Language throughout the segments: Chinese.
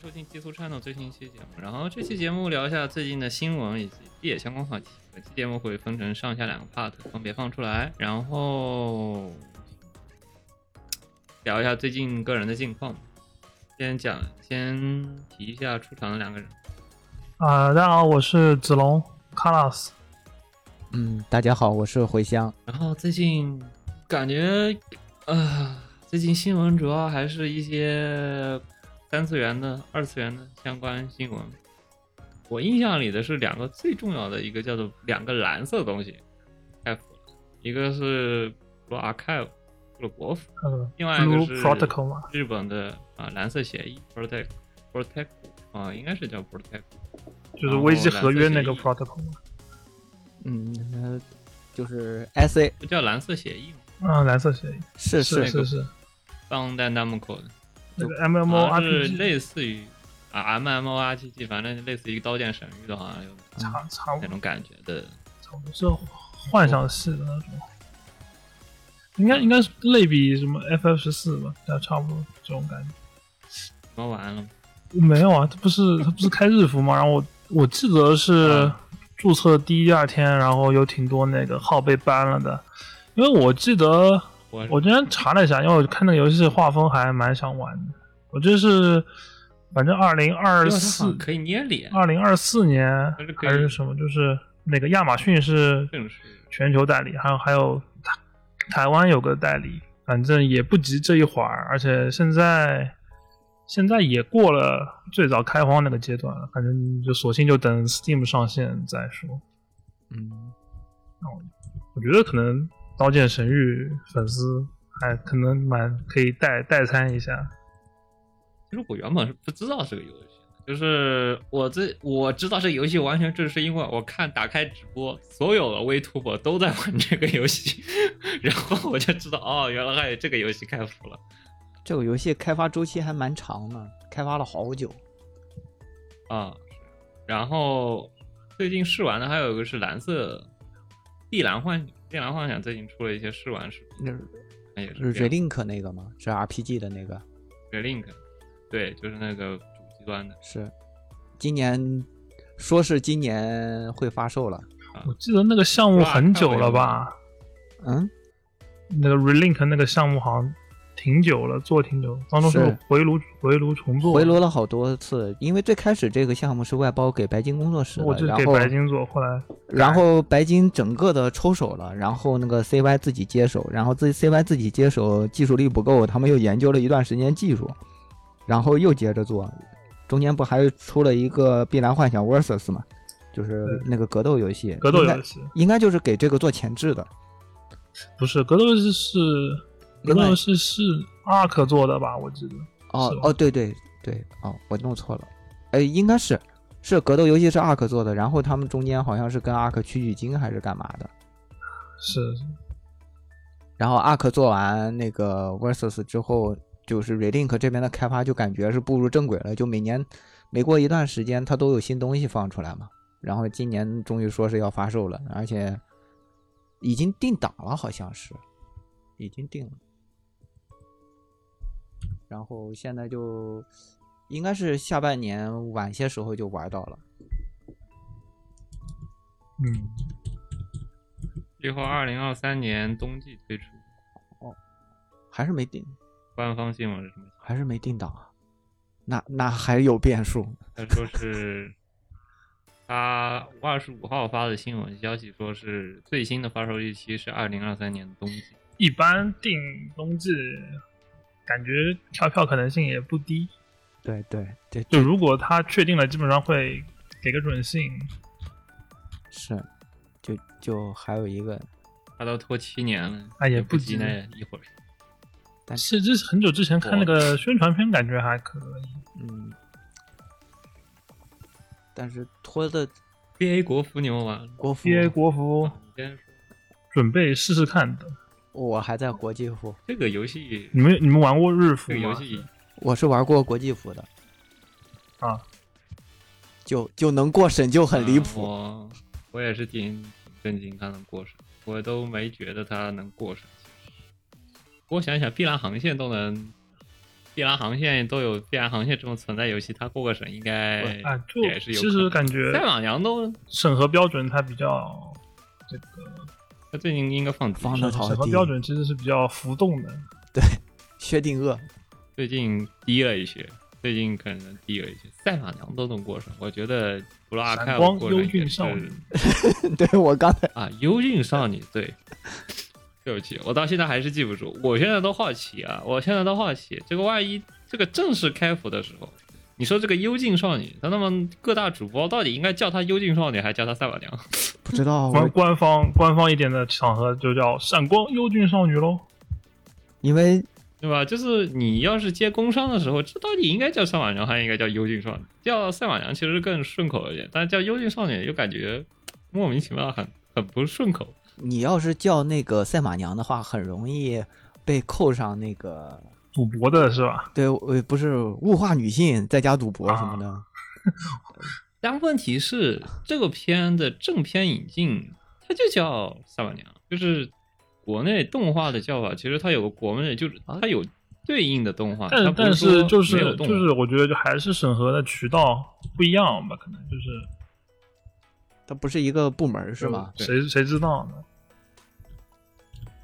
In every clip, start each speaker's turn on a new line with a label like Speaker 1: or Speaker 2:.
Speaker 1: 收听基础 channel 最新一期节目。然后这期节目聊一下最近的新闻以及地铁相关话题。本期节目会分成上下两个 part 分别放出来，然后聊一下最近个人的近况。先讲，先提一下出场的两个人。
Speaker 2: 啊、大家好，我是子龙 Carlos。
Speaker 3: 嗯，大家好，我是茴香。
Speaker 1: 然后最近感觉，呃，最近新闻主要还是一些三次元的、二次元的相关新闻。我印象里的是两个最重要的，一个叫做两个蓝色的东西，F，一个是 Blue Archive，布鲁伯服，
Speaker 2: 嗯
Speaker 1: 另外一个
Speaker 2: ，Blue
Speaker 1: 是
Speaker 2: Protocol 嘛，
Speaker 1: 日本的啊、蓝色协议 Protect Protect 啊、应该是叫 Protect。
Speaker 2: 就是危机
Speaker 1: 然后
Speaker 2: 合约
Speaker 1: 哦蓝色
Speaker 2: 那个
Speaker 1: 协议
Speaker 2: Protocol 嘛。
Speaker 3: 嗯，呃就是 S A
Speaker 1: 不叫蓝色协议吗？
Speaker 2: 嗯，蓝色协议
Speaker 3: 是
Speaker 2: 是
Speaker 3: 是
Speaker 1: 那个
Speaker 2: 是是，
Speaker 1: 当代 Namco 的，
Speaker 2: 那个
Speaker 1: 好像是
Speaker 2: MMORPG
Speaker 1: 类似于啊 MMORPG，反正类似于《刀剑神域》的，好像有
Speaker 2: 差差不
Speaker 1: 那
Speaker 2: 多
Speaker 1: 种感觉的。
Speaker 2: 差不多是幻想系的那种，应该应该是类比什么 FF 十四吧，但差不多这种感觉。
Speaker 1: 什么完了？
Speaker 2: 没有啊，他不是他不是开日服嘛，然后我我记得是
Speaker 1: 啊
Speaker 2: 注册第一二天，然后有挺多那个号被 ban 了的，因为我记得
Speaker 1: 我
Speaker 2: 我今天查了一下，因为我看那个游戏画风还蛮想玩的，我这是反正二零二
Speaker 1: 因为它好
Speaker 2: 四
Speaker 1: 像可以捏脸，
Speaker 2: 二零二四年
Speaker 1: 还是可以
Speaker 2: 还是什么，就是那个亚马逊是
Speaker 1: 正是
Speaker 2: 全球代理，还有还有台台湾有个代理，反正也不急这一会儿，而且现在现在也过了最早开荒那个阶段了，反正就索性就等 Steam 上线再说。
Speaker 3: 嗯，
Speaker 2: 我觉得可能《刀剑神域》粉丝还可能蛮可以代代餐一下，
Speaker 1: 其实我原本是不知道这个游戏的，就是我这我知道这个游戏完全正是因为我看打开直播，所有的微 t u b e 都在玩这个游戏， 然后我就知道哦，原来还有这个游戏开服了。
Speaker 3: 这个游戏开发周期还蛮长呢，开发了好久。
Speaker 1: 啊，是然后最近试玩的还有一个是蓝色地蓝幻地蓝幻想，最近出了一些试玩视频，
Speaker 3: 那
Speaker 1: 那也是
Speaker 3: 是
Speaker 1: 这样
Speaker 3: Relink 那个吗？是 R P G 的那个？
Speaker 1: Red Link，对，就是那个主机端的
Speaker 3: 是，今年说是今年会发售了。
Speaker 2: 我记得那个项目很久了吧？
Speaker 3: 嗯，
Speaker 2: 那个 Relink 那个项目好像挺久了，做挺久了，当中是
Speaker 3: 是
Speaker 2: 回炉回炉重做，
Speaker 3: 回炉了好多次，因为最开始这个项目是外包给白金工作室
Speaker 2: 我
Speaker 3: 的，
Speaker 2: 就是
Speaker 3: 然
Speaker 2: 给
Speaker 3: 后
Speaker 2: 白金做，后来
Speaker 3: 然后白金整个的抽手了，然后那个 CY 自己接手，然后自 CY 自己接手技术力不够，他们又研究了一段时间技术，然后又接着做，中间不还出了一个《碧蓝幻想 vs》s 嘛，就是那个格斗游戏，
Speaker 2: 格斗
Speaker 3: 应该
Speaker 2: 游戏
Speaker 3: 应该就是给这个做前置的，
Speaker 2: 不是格斗游戏是格
Speaker 3: 另
Speaker 2: 斗
Speaker 3: 外
Speaker 2: 游戏是 Ark 做的吧？我记得
Speaker 3: 哦
Speaker 2: 是吧
Speaker 3: 哦对对对哦我弄错了，哎应该是是格斗游戏是 ARK 做的，然后他们中间好像是跟 ARK 取取经还是干嘛的，
Speaker 2: 是
Speaker 3: 然后 Arc 做完那个 Versus 之后，就是 Relink 这边的开发就感觉是步入正轨了，就每年每过一段时间它都有新东西放出来嘛。然后今年终于说是要发售了，而且已经定档了，好像是已经定了。然后现在就应该是下半年晚些时候就玩到了。
Speaker 2: 嗯，
Speaker 1: 计划，二零二三年冬季推出。
Speaker 3: 还是没定，
Speaker 1: 官方新闻是什么？
Speaker 3: 还是没定档啊？那那还有变数。
Speaker 1: 他说是他五二十五号发的新闻消息，说是最新的发售日期是二零二三年的冬季。
Speaker 2: 一般定冬季，感觉跳票可能性也不低。
Speaker 3: 对对，这
Speaker 2: 就如果他确定了，基本上会给个准信。
Speaker 3: 是，就就还有一个，
Speaker 1: 他都拖七年了，
Speaker 2: 哎也
Speaker 1: 不
Speaker 2: 不
Speaker 1: 急
Speaker 2: 急
Speaker 1: 那一会儿。
Speaker 3: 但是
Speaker 2: 是这是很久之前看那个宣传片，感觉还可以。
Speaker 3: 嗯，但是拖的
Speaker 1: B A 国服你们玩了吗？
Speaker 3: 国服
Speaker 2: P A 国服
Speaker 1: 你先说
Speaker 2: 准备试试看的，
Speaker 3: 我还在国际服，
Speaker 1: 这个游戏，
Speaker 2: 你们你们玩过日服
Speaker 1: 这个游
Speaker 2: 吗？
Speaker 1: 戏
Speaker 3: 我是玩过国际服的
Speaker 2: 啊，
Speaker 3: 就就能过审就很离谱。
Speaker 1: 嗯我我也是挺震惊它能过审，我都没觉得它能过审。我想想，碧蓝航线都能碧蓝航线都有碧蓝航线这种存在游戏，它过个审应该
Speaker 2: 啊，就
Speaker 1: 也是有可
Speaker 2: 其
Speaker 1: 能。
Speaker 2: 实感觉
Speaker 1: 赛马娘都，
Speaker 2: 审核标准它比较这个
Speaker 1: 它最近应该放低
Speaker 3: 放
Speaker 2: 审
Speaker 3: 得好
Speaker 2: 审核
Speaker 3: 低
Speaker 2: 标准其实是比较浮动的，
Speaker 3: 薛定谔
Speaker 1: 最近低了一些，最近可能低了一些。赛马娘都能过审，我觉得除了阿
Speaker 2: 闪
Speaker 1: 凯
Speaker 2: 光
Speaker 1: 啊过
Speaker 2: 优
Speaker 1: 审也
Speaker 2: 俊
Speaker 1: 是
Speaker 2: 少女，
Speaker 3: 对我刚才
Speaker 1: 啊，幽静少女，对， 对不起，我到现在还是记不住。我现在都好奇啊，我现在都好奇，这个万一这个正式开服的时候，你说这个幽静少女，那那么各大主播到底应该叫她幽静少女，还叫她赛马娘？
Speaker 3: 不知道，
Speaker 2: 官
Speaker 3: 哦我
Speaker 2: 官方官方一点的场合就叫闪光优俊少女喽。
Speaker 3: 因为
Speaker 1: 对吧？就是你要是接工商的时候，这到底应该叫赛马娘，还应该叫幽静少女？叫赛马娘其实更顺口一点，但是叫幽静少女又感觉莫名其妙很，很不顺口。
Speaker 3: 你要是叫那个赛马娘的话，很容易被扣上那个
Speaker 2: 赌博的是吧？
Speaker 3: 对，呃，不是物化女性，再加赌博什么的，
Speaker 1: 但问题是，这个片的正片引进，它就叫《萨满娘》，就是国内动画的叫法。其实它有个国内，就是它有对应的动画，它
Speaker 2: 啊但
Speaker 1: 啊不
Speaker 2: 但
Speaker 1: 是
Speaker 2: 是
Speaker 1: 说
Speaker 2: 就是
Speaker 1: 没有动
Speaker 2: 就
Speaker 1: 画
Speaker 2: 是，我觉得就还是审核的渠道不一样吧，可能就是
Speaker 3: 它不是一个部门儿是吗？
Speaker 1: 对
Speaker 2: 谁谁知道呢？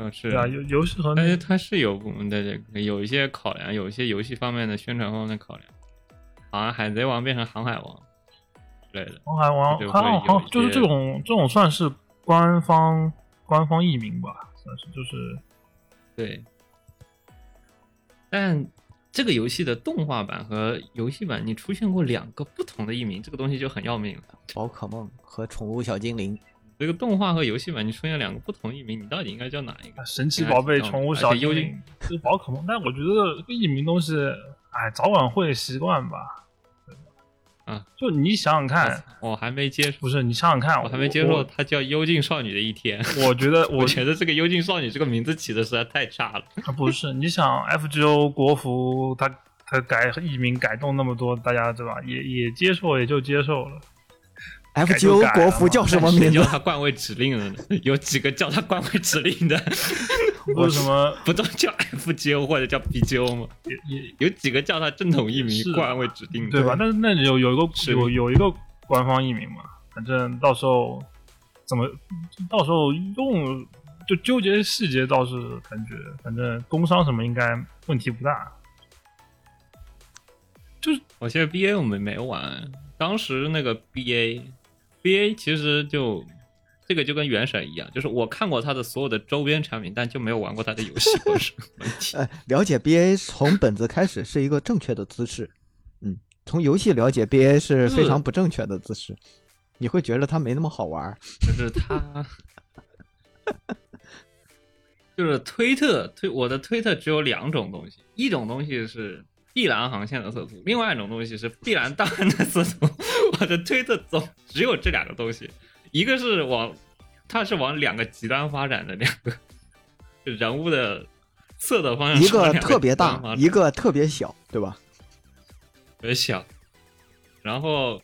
Speaker 1: 嗯是
Speaker 2: 对啊，游游戏和
Speaker 1: 但是它是有部门的这个有一些考量，有一些游戏方面的宣传方面的考量，好像《海贼王》变成《航海王》之类的。
Speaker 2: 航海王
Speaker 1: 就会
Speaker 2: 航海
Speaker 1: 有一
Speaker 2: 王
Speaker 1: 些
Speaker 2: 就是这种这种算是官方官方译名吧，算是就是
Speaker 1: 对，但这个游戏的动画版和游戏版，你出现过两个不同的译名，这个东西就很要命了。
Speaker 3: 宝可梦和宠物小精灵，
Speaker 1: 这个动画和游戏版你出现两个不同译名，你到底应该叫哪一个？
Speaker 2: 神奇宝贝、
Speaker 1: 哎哦应该是这样
Speaker 2: 宠物
Speaker 1: 而
Speaker 2: 小
Speaker 1: 且
Speaker 2: 精
Speaker 1: 幽
Speaker 2: 灵、这个宝可梦。但我觉得这个译名东西，哎，早晚会习惯吧。对吧
Speaker 1: 啊，
Speaker 2: 就你想想看，
Speaker 1: 我还没接触，
Speaker 2: 哎不是你想想看，
Speaker 1: 我
Speaker 2: 我。
Speaker 1: 还没接受它叫《幽静少女的一天》
Speaker 2: 我觉得
Speaker 1: 我
Speaker 2: 我
Speaker 1: 觉得这个“幽静少女”这个名字起的实在太差了。
Speaker 2: 啊不是，你想 FGO 国服，它它改译名改动那么多，大家对吧？也也接受，也就接受了。就
Speaker 3: FGO
Speaker 2: 改了
Speaker 3: 国服
Speaker 2: 嘛
Speaker 3: 叫什么
Speaker 1: 谁
Speaker 3: 名
Speaker 1: 叫
Speaker 3: 字？
Speaker 1: 它冠位指令的呢？有几个叫它冠位指令的？
Speaker 2: 为什么
Speaker 1: 不都叫 FGO 或者叫 BGO 吗？
Speaker 2: 也也
Speaker 1: 有几个叫它正统译名
Speaker 2: 是啊
Speaker 1: 冠位指定的？
Speaker 2: 对吧？但是那里有有一个
Speaker 1: 是
Speaker 2: 有有一个官方译名嘛，反正到时候怎么到时候用就纠结细节倒是感觉，反正工伤什么应该问题不大。
Speaker 1: 我现在 BA 我们没玩，当时那个 BA BA 其实就这个就跟原神一样，就是我看过它的所有的周边产品，但就没有玩过它的游戏或者是问题。
Speaker 3: 呃，了解 BA 从本子开始是一个正确的姿势，嗯，从游戏了解 BA
Speaker 2: 嗯
Speaker 3: 是非常
Speaker 1: 是
Speaker 3: 不正确的姿势，你会觉得它没那么好玩儿。
Speaker 1: 就是 他，就是推特推我的推特只有两种东西，一种东西是碧蓝航线的色图，另外一种东西是碧蓝档案的色图。 我的推特总只有这两个东西，一个是往它是往两个极端发展的两个就人物的色的方向
Speaker 2: 嗯
Speaker 3: 一
Speaker 1: 是往
Speaker 3: 个
Speaker 1: 两
Speaker 3: 特别
Speaker 1: 极端
Speaker 3: 大
Speaker 1: 发，展
Speaker 3: 一个特别小，对吧？
Speaker 1: 特别小。然后，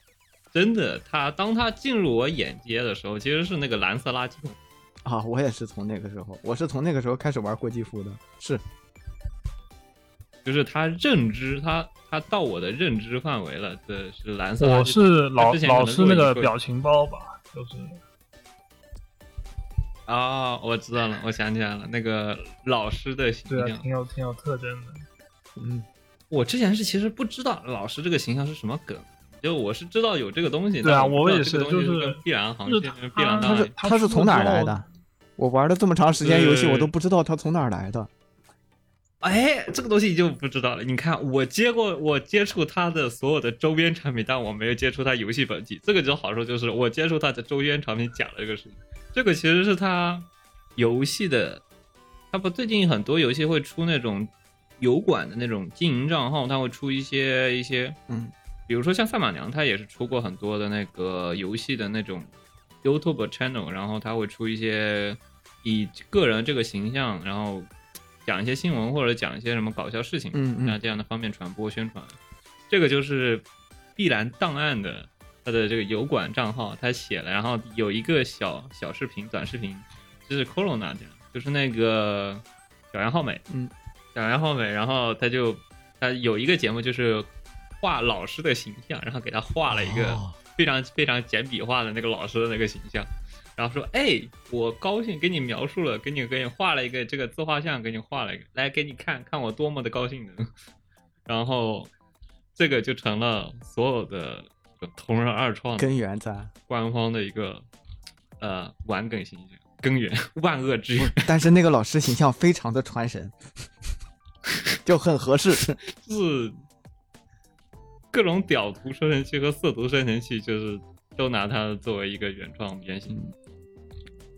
Speaker 1: 真的，他当他进入我眼界的时候，其实是那个蓝色垃圾桶。
Speaker 3: 啊，我也是从那个时候，我是从那个时候开始玩国际服的，是
Speaker 1: 就是他认知，他他到我的认知范围了的是蓝色垃圾桶。
Speaker 2: 我是老
Speaker 1: 之前可能
Speaker 2: 老是那
Speaker 1: 做一
Speaker 2: 个
Speaker 1: 个
Speaker 2: 表情包吧，就是
Speaker 1: 啊、我知道了，我想起来了，那个老师的形
Speaker 2: 对啊，
Speaker 1: 象。
Speaker 2: 挺有挺有特征的。
Speaker 3: 嗯，
Speaker 1: 我之前是其实不知道老师这个形象是什么梗，就我是知道有这个东西。
Speaker 2: 对啊
Speaker 1: 但我不知道
Speaker 2: 我也是
Speaker 1: 这个东西
Speaker 2: 就是
Speaker 1: 跟必然航
Speaker 2: 就
Speaker 1: 线、
Speaker 2: 是
Speaker 1: 必然档
Speaker 2: 他
Speaker 3: 它
Speaker 1: 案
Speaker 3: 是
Speaker 2: 它
Speaker 3: 它是
Speaker 2: 出
Speaker 3: 从哪儿
Speaker 2: 之后
Speaker 3: 来的？我玩了这么长时间游戏，
Speaker 1: 对
Speaker 2: 呃
Speaker 3: 我都不知道它从哪儿来的。
Speaker 1: 哎，这个东西就不知道了。你看，我接过我接触它的所有的周边产品，但我没有接触它游戏本体。这个就好处就是我接触它的周边产品讲了这个事情。这个其实是它游戏的，它不最近很多游戏会出那种油管的那种经营账号，它会出一些一些，
Speaker 3: 嗯，
Speaker 1: 比如说像赛马娘，它也是出过很多的那个游戏的那种 YouTube channel，然后它会出一些以个人这个形象，然后讲一些新闻或者讲一些什么搞笑事情，
Speaker 3: 嗯嗯
Speaker 1: 那这样的方面传播宣传。这个就是碧蓝档案的他的这个油管账号，他写了，然后有一个小小视频、短视频，就是 Corona 这样，就是那个小杨浩美，
Speaker 3: 嗯，
Speaker 1: 小杨浩美，然后他就。他有一个节目就是画老师的形象，然后给他画了一个
Speaker 3: 哦
Speaker 1: 非常非常简笔画的那个老师的那个形象，然后说：“哎，我高兴给你描述了，给你给你画了一个这个自画像，给你画了一个，来给你看看我多么的 高兴呢。”然后这个就成了所有的同人二创的
Speaker 3: 根源在，
Speaker 1: 官方的一个呃玩梗形象根源，万恶之源。
Speaker 3: 但是那个老师形象非常的传神， 就很合适。
Speaker 1: 就是各种屌图生成器和色图生成器，就是都拿它作为一个原创原型。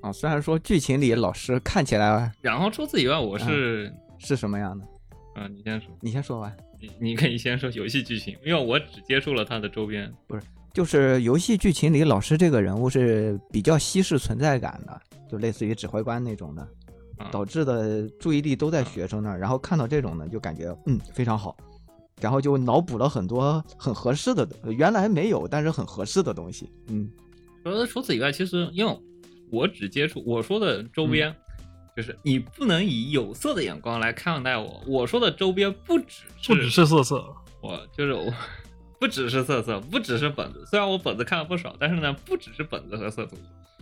Speaker 3: 啊，虽然说剧情里老师看起来
Speaker 1: 然后除此以外，我是
Speaker 3: 是什么样的，
Speaker 1: 啊、你先说，
Speaker 3: 你先说完。
Speaker 1: 你 你可以先说游戏剧情，因为我只接触了它的周边。
Speaker 3: 就是游戏剧情里老师这个人物是比较稀释存在感的，就类似于指挥官那种的
Speaker 1: 嗯，
Speaker 3: 导致的注意力都在学生那儿，然后看到这种呢，就感觉嗯非常好，然后就脑补了很多很合适的，原来没有但是很合适的东西，嗯
Speaker 1: 除除此以外，其实因为我只接触我说的
Speaker 2: 嗯
Speaker 1: 周边，就是你不能以有色的眼光来看待我。我说的周边不只是
Speaker 2: 不只是色色，
Speaker 1: 我就是我，不只是色色，不只是本子。虽然我本子看了不少，但是呢，不只是本子和色图。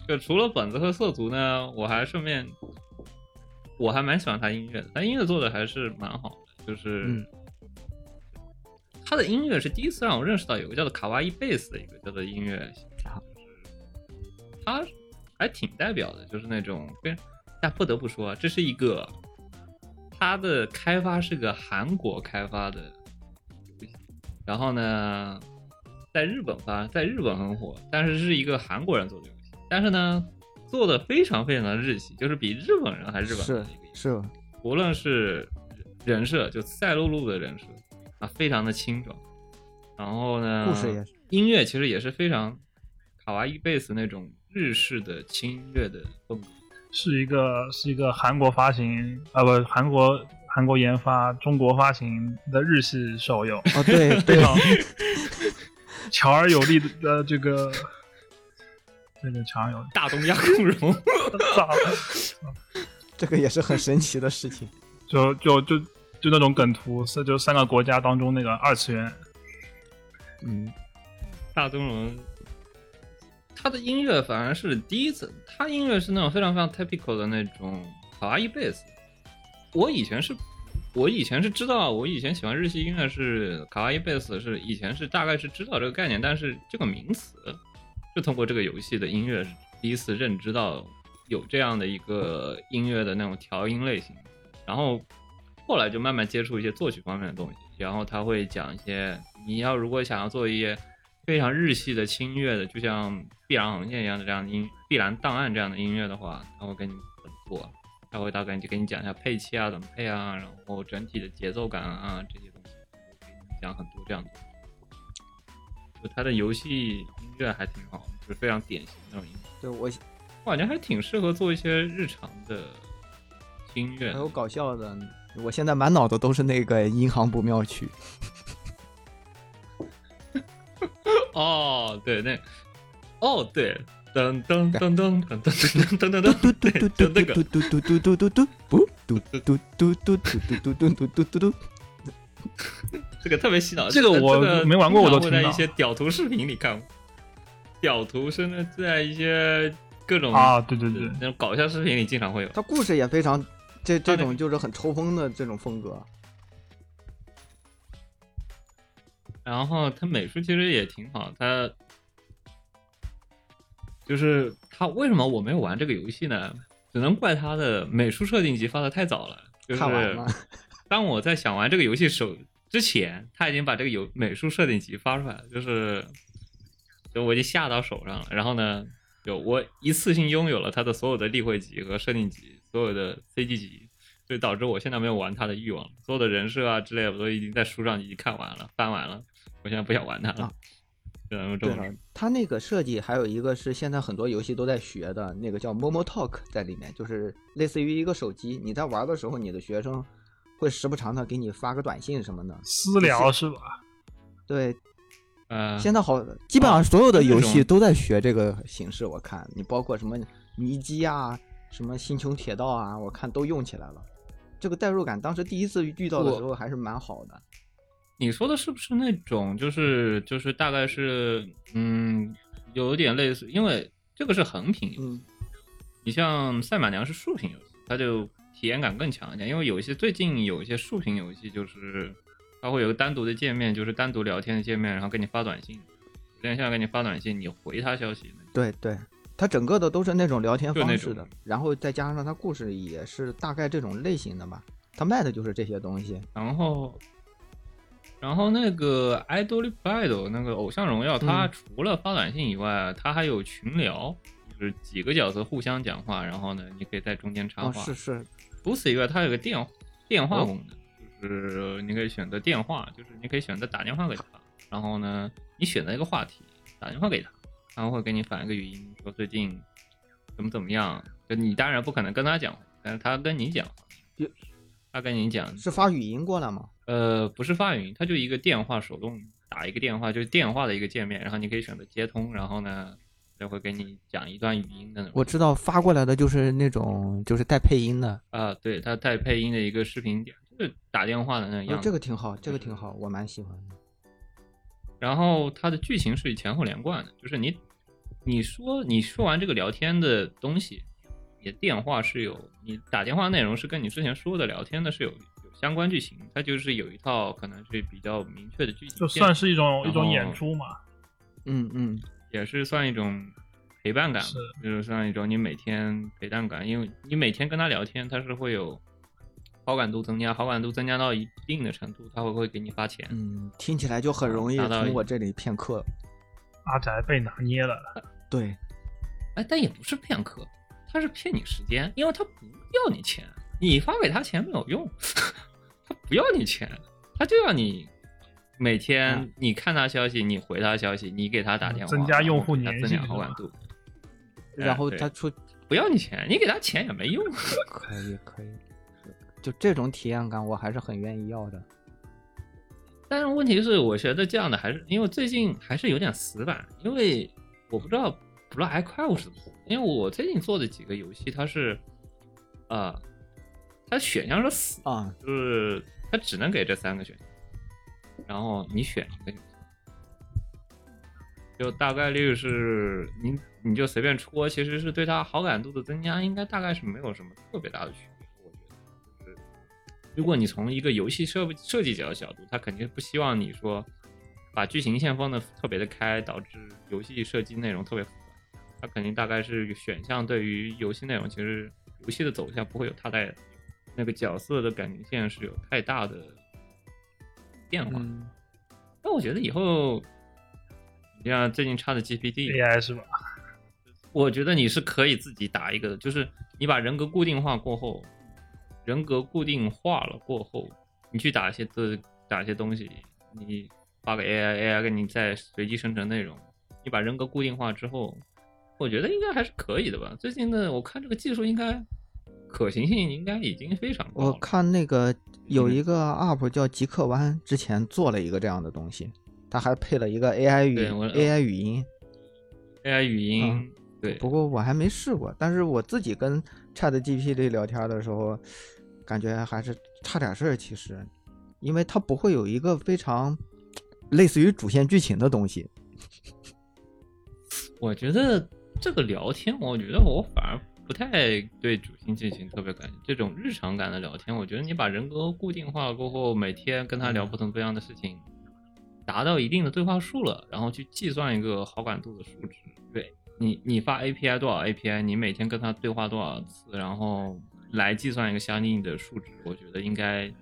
Speaker 1: 就除了本子和色图呢，我还顺便，我还蛮喜欢他音乐的，他音乐做的还是蛮好的。就是、
Speaker 3: 嗯
Speaker 1: 他的音乐是第一次让我认识到有个叫做卡哇伊贝斯的一个叫做音乐形
Speaker 3: 好
Speaker 1: 式，他还挺代表的，就是那种非。但不得不说，这是一个它的开发是个韩国开发的然后呢，在日本发，在日本很火，但是是一个韩国人做的游戏，但是呢，做的非常非常的日系，就是比日本人还日本人的
Speaker 3: 是
Speaker 1: 一个游戏，
Speaker 3: 是
Speaker 1: 无论是人设，就赛璐璐的人设啊，非常的清爽，然后呢，
Speaker 3: 故事也是
Speaker 1: 音乐其实也是非常卡哇伊贝斯那种日式的轻音乐的风格，
Speaker 2: 是一个是一个韩国发行啊不韩国韩国研发中国发行的日系手游，
Speaker 3: 哦对
Speaker 2: 非
Speaker 3: 对
Speaker 2: 常强而有力的呃这个这个强而有力
Speaker 1: 大东亚 共荣。
Speaker 2: 大
Speaker 3: 这个也是很神奇的事情，
Speaker 2: 就就就就那种梗图是就三个国家当中那个二次元
Speaker 3: 嗯
Speaker 1: 大东龙，他的音乐反而是第一次，他音乐是那种非常非常 typical 的那种卡哇伊贝斯。我以前是，我以前是知道，我以前喜欢日系音乐是卡哇伊贝斯，是以前是大概是知道这个概念，但是这个名词是通过这个游戏的音乐第一次认知到有这样的一个音乐的那种调音类型，然后后来就慢慢接触一些作曲方面的东西，然后他会讲一些你要如果想要做一些非常日系的轻乐的，就像碧蓝航线一样的这样的音碧蓝档案这样的音乐的话，他会给你怎么做，他会大概就给你讲一下配器啊怎么配啊，然后整体的节奏感啊这些东西，给你讲很多这样的东西。就他的游戏音乐还挺好，就是非常典型的那种音乐。
Speaker 3: 对我
Speaker 1: 我感觉还挺适合做一些日常的音乐
Speaker 3: 还。有搞笑的，我现在满脑子都是那个银行不妙曲，
Speaker 1: 哦，对，那，哦，对，噔噔噔噔噔噔噔噔噔噔，
Speaker 3: 嘟
Speaker 1: 对，
Speaker 3: 嘟嘟
Speaker 1: 就
Speaker 3: 嘟
Speaker 1: 那个
Speaker 3: 嘟嘟嘟嘟嘟嘟嘟，不嘟嘟嘟嘟嘟嘟嘟嘟嘟嘟嘟。
Speaker 1: 这个特别洗脑。
Speaker 2: 这个我没玩过我都
Speaker 1: 经
Speaker 2: 听
Speaker 1: 常会在
Speaker 2: 到
Speaker 1: 一些屌图视频里看过。屌图甚至在一些各种
Speaker 2: 啊，对对对，
Speaker 1: 那种搞笑视频里经常会有。
Speaker 3: 它故事也非常，这这
Speaker 1: 它那
Speaker 3: 种就是很抽风的这种风格。
Speaker 1: 然后他美术其实也挺好，他就是他为什么我没有玩这个游戏呢？只能怪他的美术设定集发的太早了，就是
Speaker 3: 看完了，
Speaker 1: 当我在想玩这个游戏手之前，他已经把这个游美术设定集发出来了，就是就我已经下到手上了。然后呢，有我一次性拥有了他的所有的例会集和设定集，所有的 CG 集，所以导致我现在没有玩他的欲望了。所有的人设啊之类的，我都已经在书上已经看完了、翻完了，我现在不想玩他了
Speaker 3: 啊。
Speaker 1: 只能这
Speaker 3: 对
Speaker 1: 么
Speaker 3: 了
Speaker 1: 说。，
Speaker 3: 它那个设计还有一个是现在很多游戏都在学的那个叫 Momo Talk 在里面，就是类似于一个手机，你在玩的时候，你的学生会时不常的给你发个短信什么的。
Speaker 2: 私聊是吧？
Speaker 3: 对，
Speaker 1: 嗯、
Speaker 3: 现在好，基本上所有的游
Speaker 1: 那
Speaker 3: 戏
Speaker 1: 种
Speaker 3: 都在学这个形式。我看你包括什么尼基啊，什么星穹铁道啊，我看都用起来了。这个代入感，当时第一次遇到的
Speaker 1: 我
Speaker 3: 时候还是蛮好的。
Speaker 1: 你说的是不是那种就是就是大概是嗯，有点类似，因为这个是横屏游戏，
Speaker 3: 嗯
Speaker 1: 你像赛马娘是竖屏游戏，它就体验感更强一点。因为有一些最近有一些竖屏游戏，就是它会有个单独的界面，就是单独聊天的界面，然后给你发短信，有点像给你发短信，你回他消息。
Speaker 3: 对对，它整个的都是那种聊天
Speaker 1: 就那
Speaker 3: 方式
Speaker 1: 种
Speaker 3: 的，然后再加上它故事也是大概这种类型的吧，它卖的就是这些东西。
Speaker 1: 然后，然后那个 Idol Battle 那个偶像荣耀，它
Speaker 3: 嗯
Speaker 1: 除了发短信以外，它还有群聊，就是几个角色互相讲话，然后呢，你可以在中间插
Speaker 3: 哦，
Speaker 1: 话。
Speaker 3: 是是，
Speaker 1: 除此以外，它有个电电话
Speaker 3: 哦
Speaker 1: 功能，就是你可以选择电话，就是你可以选择打电话给他，然后呢，你选择一个话题，打电话给他，他会给你反一个语音，说最近怎么怎么样。就你当然不可能跟他讲话，但是他跟你讲话
Speaker 3: 有，
Speaker 1: 他跟你讲
Speaker 3: 是发语音过来吗？
Speaker 1: 呃，不是发语音，它就一个电话，手动打一个电话，就是电话的一个界面，然后你可以选择接通，然后呢，就会给你讲一段语音的那种。
Speaker 3: 我知道发过来的就是那种就是带配音的，
Speaker 1: 啊、对，它带配音的一个视频点，就是打电话的那个
Speaker 3: 哦
Speaker 1: 样，子。
Speaker 3: 这个挺好，这个挺好，我蛮喜欢的。
Speaker 1: 然后它的剧情是前后连贯的，就是你你说你说完这个聊天的东西，你的电话是有你打电话内容是跟你之前说的聊天的是有有相关剧情，它就是有一套可能是比较明确的剧情
Speaker 2: 就
Speaker 1: 线，
Speaker 2: 算是一种
Speaker 1: 然
Speaker 2: 一种
Speaker 1: 后
Speaker 2: 演出嘛。
Speaker 3: 嗯嗯，
Speaker 1: 也是算一种陪伴感吧，就是算一种你每天陪伴感，因为你每天跟他聊天，他是会有好感度增加，好感度增加到一定的程度，他会会给你发钱。
Speaker 3: 嗯，听起来就很容易
Speaker 1: 啊达到一
Speaker 3: 从我这里骗客。
Speaker 2: 阿宅被拿捏了，
Speaker 3: 对，
Speaker 1: 哎，但也不是骗客，他是骗你时间，因为他不要你钱，你发给他钱没有用， 他不要你钱，他就要你。每天
Speaker 3: 嗯
Speaker 1: 你看他消息，你回他消息，你给他打电话，
Speaker 2: 嗯增加用户
Speaker 1: 然后给他
Speaker 2: 粘性
Speaker 1: 增加好感度，
Speaker 3: 然后
Speaker 1: 对
Speaker 3: 他 出
Speaker 1: 不要你钱，你给他钱也没用。啊
Speaker 3: 可以可以，就这种体验感我还是很愿意要的。
Speaker 1: 但是问题是，我觉得这样的还是因为最近还是有点死板，因为我不知道不知道 iCloud 是怎么做的，因为我最近做的几个游戏，它是，呃，它选项是死，
Speaker 3: 啊、
Speaker 1: 就是它只能给这三个选项，然后你选一个就行，就大概率是你你就随便戳，其实是对它好感度的增加，应该大概是没有什么特别大的区别，我觉得。就是如果你从一个游戏设设计者的角度，他肯定不希望你说把剧情线放的特别的开，导致游戏设计内容特别复杂。他肯定大概是选项对于游戏内容，其实游戏的走向不会有太大的那个角色的感情线是有太大的变化。
Speaker 3: 嗯，
Speaker 1: 但我觉得以后，你像最近插的 GPT，
Speaker 2: AI 是吧？
Speaker 1: 我觉得你是可以自己打一个的，就是你把人格固定化过后，人格固定化了过后，你去打一些字，打一些东西，你发给 AI，AI 给你再随机生成内容。你把人格固定化之后，我觉得应该还是可以的吧。最近的我看这个技术应该可行性应该已经非常高
Speaker 3: 我
Speaker 1: 了。
Speaker 3: 看那个有
Speaker 1: 嗯
Speaker 3: 一个 UP 叫极客湾，之前做了一个这样的东西，他还配了一个 AI 语
Speaker 1: 对我嗯
Speaker 3: AI 语音，
Speaker 1: AI 语音，对，
Speaker 3: 啊不过我还没试过，但是我自己跟 Chat GPT 聊天的时候，感觉还是差点事儿。其实，因为它不会有一个非常类似于主线剧情的东西。
Speaker 1: 我觉得这个聊天，我觉得我反而不太对主线剧情特别感兴趣。这种日常感的聊天，我觉得你把人格固定化过后，每天跟他聊不同不一样的事情，达到一定的对话数了，然后去计算一个好感度的数值。对你，你发 API 多少 API，你每天跟他对话多少次，然后来计算一个相应的数值，我觉得应该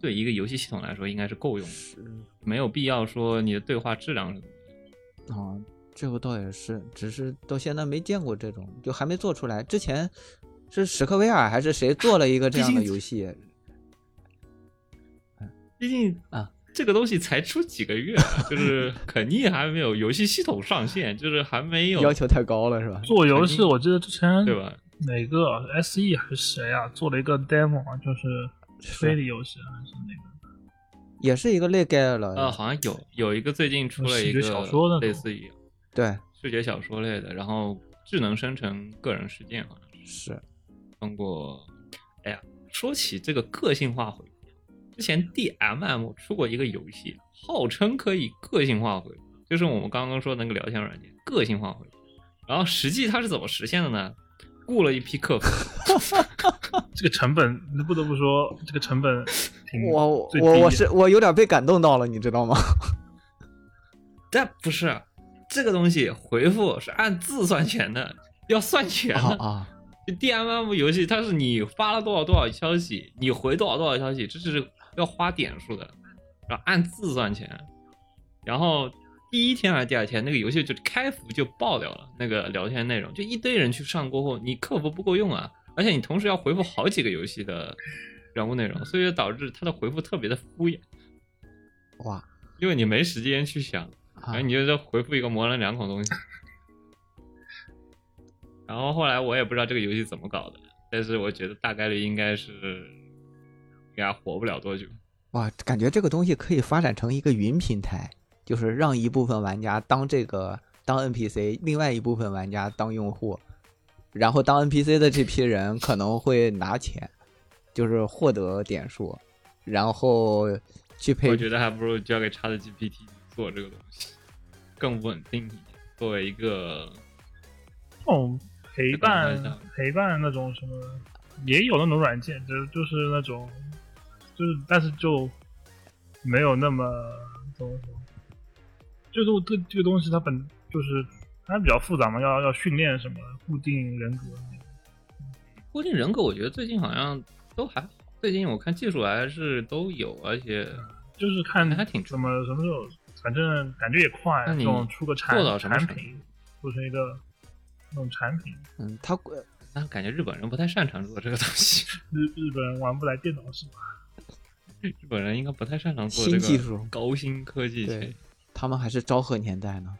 Speaker 1: 对一个游戏系统来说应该是够用的，没有必要说你的对话质量是怎么样。
Speaker 3: 啊、这个倒也是，只是到现在没见过这种，就还没做出来。之前是史克威尔还是
Speaker 1: 啊
Speaker 3: 谁做了一个这样的
Speaker 1: 毕竟
Speaker 3: 游戏？
Speaker 1: 毕竟
Speaker 3: 啊，
Speaker 1: 这个东西才出几个月啊， 就是肯尼还没有游戏系统上线，就是还没有
Speaker 3: 要求太高了是吧？
Speaker 2: 做游戏，我记得之前
Speaker 1: 对吧？
Speaker 2: 哪个 SE 还是谁啊，做了一个 demo，啊就是推理游戏啊还是那个
Speaker 3: 也是一个类概了。
Speaker 1: 啊，好像有有一个最近出了一
Speaker 2: 呃视觉小说的
Speaker 1: 个
Speaker 2: 那
Speaker 1: 类
Speaker 2: 种
Speaker 1: 似于
Speaker 3: 对，
Speaker 1: 视觉小说类的，然后智能生成个人啊事件，好像是
Speaker 3: 是
Speaker 1: 通过，哎呀，说起这个个性化回复，之前 DMM 出过一个游戏，号称可以个性化回，就是我们刚刚说的那个聊天软件个性化回。然后实际它是怎么实现的呢？雇了一批客服，
Speaker 2: 这个成本不得不说，这个成本
Speaker 1: 嗯
Speaker 2: 挺
Speaker 3: 我
Speaker 2: 最
Speaker 3: 我
Speaker 2: 低的
Speaker 3: 我是我有点被感动到了，你知道吗？
Speaker 1: 但不是这个东西回复是按字算钱的，要算钱的。
Speaker 3: 啊啊，
Speaker 1: 就 DMM 游戏，它是你发了多少多少消息，你回多少多少消息，这是要花点数的，然后按字算钱。然后第一天还是第二天，那个游戏就开服就爆掉了，那个聊天内容就一堆人去上过后，你客服不够用啊，而且你同时要回复好几个游戏的人物内容，所以就导致它的回复特别的敷衍，
Speaker 3: 哇
Speaker 1: 因为你没时间去想。
Speaker 3: 啊
Speaker 1: 然哎后！你就再回复一个模棱两可的东 西。然后后来我也不知道这个游戏怎么搞的，但是我觉得大概率应该是应该活不了多久。
Speaker 3: 哇，感觉这个东西可以发展成一个云平台，就是让一部分玩家当这个当 NPC，另外一部分玩家当用户，然后当 NPC 的这批人可能会拿钱，就是获得点数，然后去
Speaker 1: 我
Speaker 3: 配
Speaker 1: 觉得还不如交给 ChatGPT 做这个东西，更稳定一点。作为一个
Speaker 2: 这种哦陪伴
Speaker 1: 这种
Speaker 2: 陪伴那种什么，也有那种软件，就是就是那种，就是但是就没有那么怎么说，就是我对这个东西它本就是它比较复杂嘛，要要训练什么固定人格，
Speaker 1: 固定人格，我觉得最近好像都还好。最近我看技术还是都有，而且
Speaker 2: 就是看
Speaker 1: 还挺
Speaker 2: 怎么什么时候，反正感觉也快，
Speaker 1: 那
Speaker 2: 这
Speaker 1: 你
Speaker 2: 种出个产
Speaker 1: 做到什么
Speaker 2: 产
Speaker 1: 程
Speaker 2: 品，做成一个那种产品，
Speaker 3: 嗯，他
Speaker 1: 但感觉日本人不太擅长做这个东西，
Speaker 2: 日日本人玩不来电脑是吧？
Speaker 1: 日本人应该不太擅长做
Speaker 3: 新
Speaker 1: 这
Speaker 3: 技术
Speaker 1: 个高新科技
Speaker 3: 对
Speaker 1: 这一
Speaker 3: 他们还是昭和年代呢。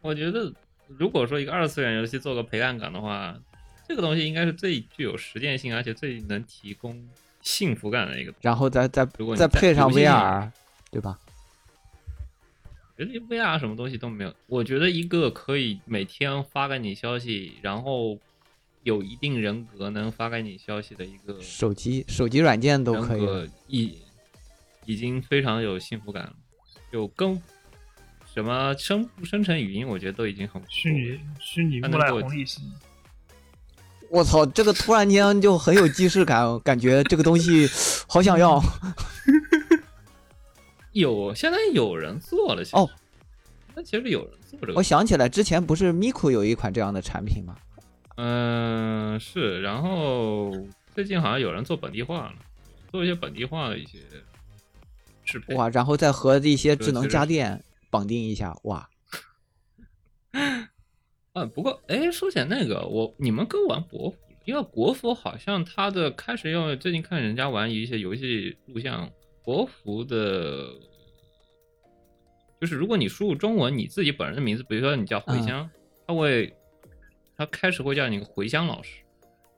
Speaker 1: 我觉得，如果说一个二次元游戏做个陪伴感的话，这个东西应该是最具有实践性，而且最能提供幸福感的一个东
Speaker 3: 然后再再
Speaker 1: 如果你
Speaker 3: 再
Speaker 1: 再
Speaker 3: 配上
Speaker 1: 游戏里
Speaker 3: VR，对吧？
Speaker 1: 西。觉得 VR 什么东西都没有，我觉得一个可以每天发给你消息，然后有一定人格能发给你消息的一个
Speaker 3: 手机手机软件都
Speaker 1: 人
Speaker 3: 可以了。
Speaker 1: 格，已已经非常有幸福感了，就跟什么生生成语音，我觉得都已经很不错
Speaker 2: 虚拟虚拟
Speaker 1: 哦那
Speaker 2: 木
Speaker 1: 能
Speaker 2: 乃
Speaker 1: 给我
Speaker 2: 红利系。
Speaker 3: 我操，这个突然间就很有既视感，感觉这个东西好想要。
Speaker 1: 有现在有人做了，其实
Speaker 3: 哦，
Speaker 1: 那其实有人做这个
Speaker 3: 我，想起来之前不是 Miku 有一款这样的产品吗？
Speaker 1: 嗯，是，然后最近好像有人做本地化了，做一些本地化的一些适配。
Speaker 3: 哇，然后再和一些智能
Speaker 1: 对
Speaker 3: 家电绑定一下，哇，
Speaker 1: 嗯，不过哎，说起来那个，我你们跟玩国服，因为国服好像它的开始要最近看人家玩一些游戏录像，国服的，就是如果你输入中文你自己本人的名字，比如说你叫茴香，它会，它开始会叫你茴香老师，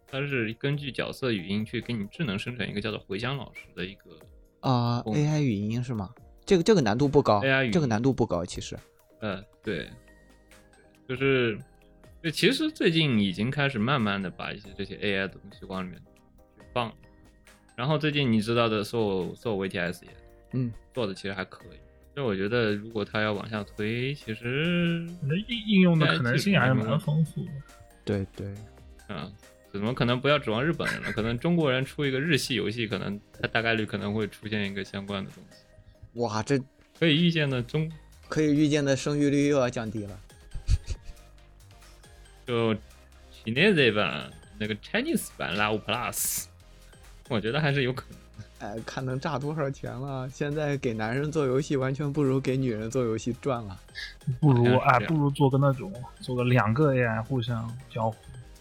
Speaker 1: 它是根据角色语音去给你智能生成一个叫做茴香老师的一个。
Speaker 3: 啊、
Speaker 1: 哦
Speaker 3: a i 语音是吗？这个这个难度不高
Speaker 1: AI 语，音
Speaker 3: 这个难度不高，其实
Speaker 1: 呃，对，就是，对，其实最近已经开始慢慢的把一些这些 AI 的东西往里面去放，然后最近你知道的做做 VTS 也，
Speaker 3: 嗯，
Speaker 1: 做的其实还可以。所以我觉得，如果它要往下推，其实，
Speaker 2: 我觉得应应用的
Speaker 1: 哎
Speaker 2: 可能性还是蛮丰富的。
Speaker 3: 对对，
Speaker 1: 啊，怎么可能不要指望日本人了？可能中国人出一个日系游戏，可能它大概率可能会出现一个相关的东西。
Speaker 3: 哇，这
Speaker 1: 可以预见的中，
Speaker 3: 可以预见的生育率又要降低了。
Speaker 1: 就 Chinese 版那个 Chinese 版 Love Plus，我觉得还是有可能。
Speaker 3: 哎，看能炸多少钱了！现在给男人做游戏，完全不如给女人做游戏赚了。
Speaker 2: 不如
Speaker 1: 好像
Speaker 2: 啊
Speaker 1: 是这，样
Speaker 2: 不如做个那种，做个两个 AI 互相交互，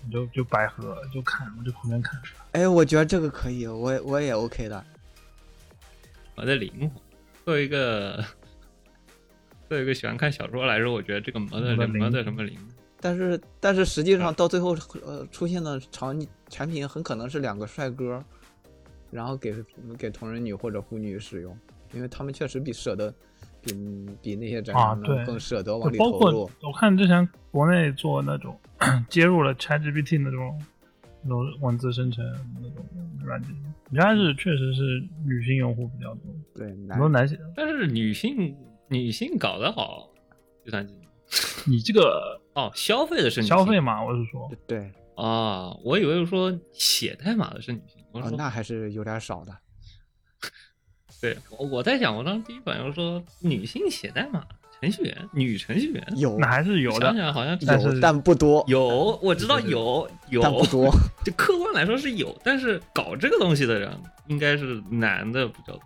Speaker 2: 你就就百合，就看，我就旁边看。
Speaker 3: 哎，我觉得这个可以，我也我也 OK 的。
Speaker 1: 我的灵魂。作为一个作为一个喜欢看小说来说，我觉得这个魔的
Speaker 2: 魔的
Speaker 1: 什
Speaker 2: 灵
Speaker 1: 么的什么灵，
Speaker 3: 但是但是实际上到最后呃出现的场景产品很可能是两个帅哥，然后给给同人女或者腐女使用，因为他们确实比舍得比比那些宅
Speaker 2: 啊
Speaker 3: 男们
Speaker 2: 对
Speaker 3: 更舍得往
Speaker 2: 就
Speaker 3: 里
Speaker 2: 包
Speaker 3: 投
Speaker 2: 括
Speaker 3: 入。
Speaker 2: 我看之前国内做那种接入了 ChatGPT 那种那种文字生成那种软件，你还是确实是女性用户比较多，
Speaker 3: 对，
Speaker 2: 很多男性。
Speaker 1: 但是女性女性搞得好，计算机
Speaker 2: 你这个
Speaker 1: 哦，消费的是女性
Speaker 2: 消费嘛，我是说，
Speaker 3: 对，
Speaker 1: 啊、我以为说写代码的是女性，我
Speaker 3: 哦
Speaker 1: 说、，
Speaker 3: 那还是有点少的。
Speaker 1: 对，我我在想，我当时第一反应说女性写代码程序员，女程序员
Speaker 3: 有
Speaker 2: 那还是有
Speaker 1: 想
Speaker 2: 的。
Speaker 1: 想好像
Speaker 2: 但是
Speaker 3: 有，但不多，
Speaker 1: 有，我知道有有，
Speaker 3: 但不 多。
Speaker 1: 就客观来说是有，但是搞这个东西的人应该是男的比较多。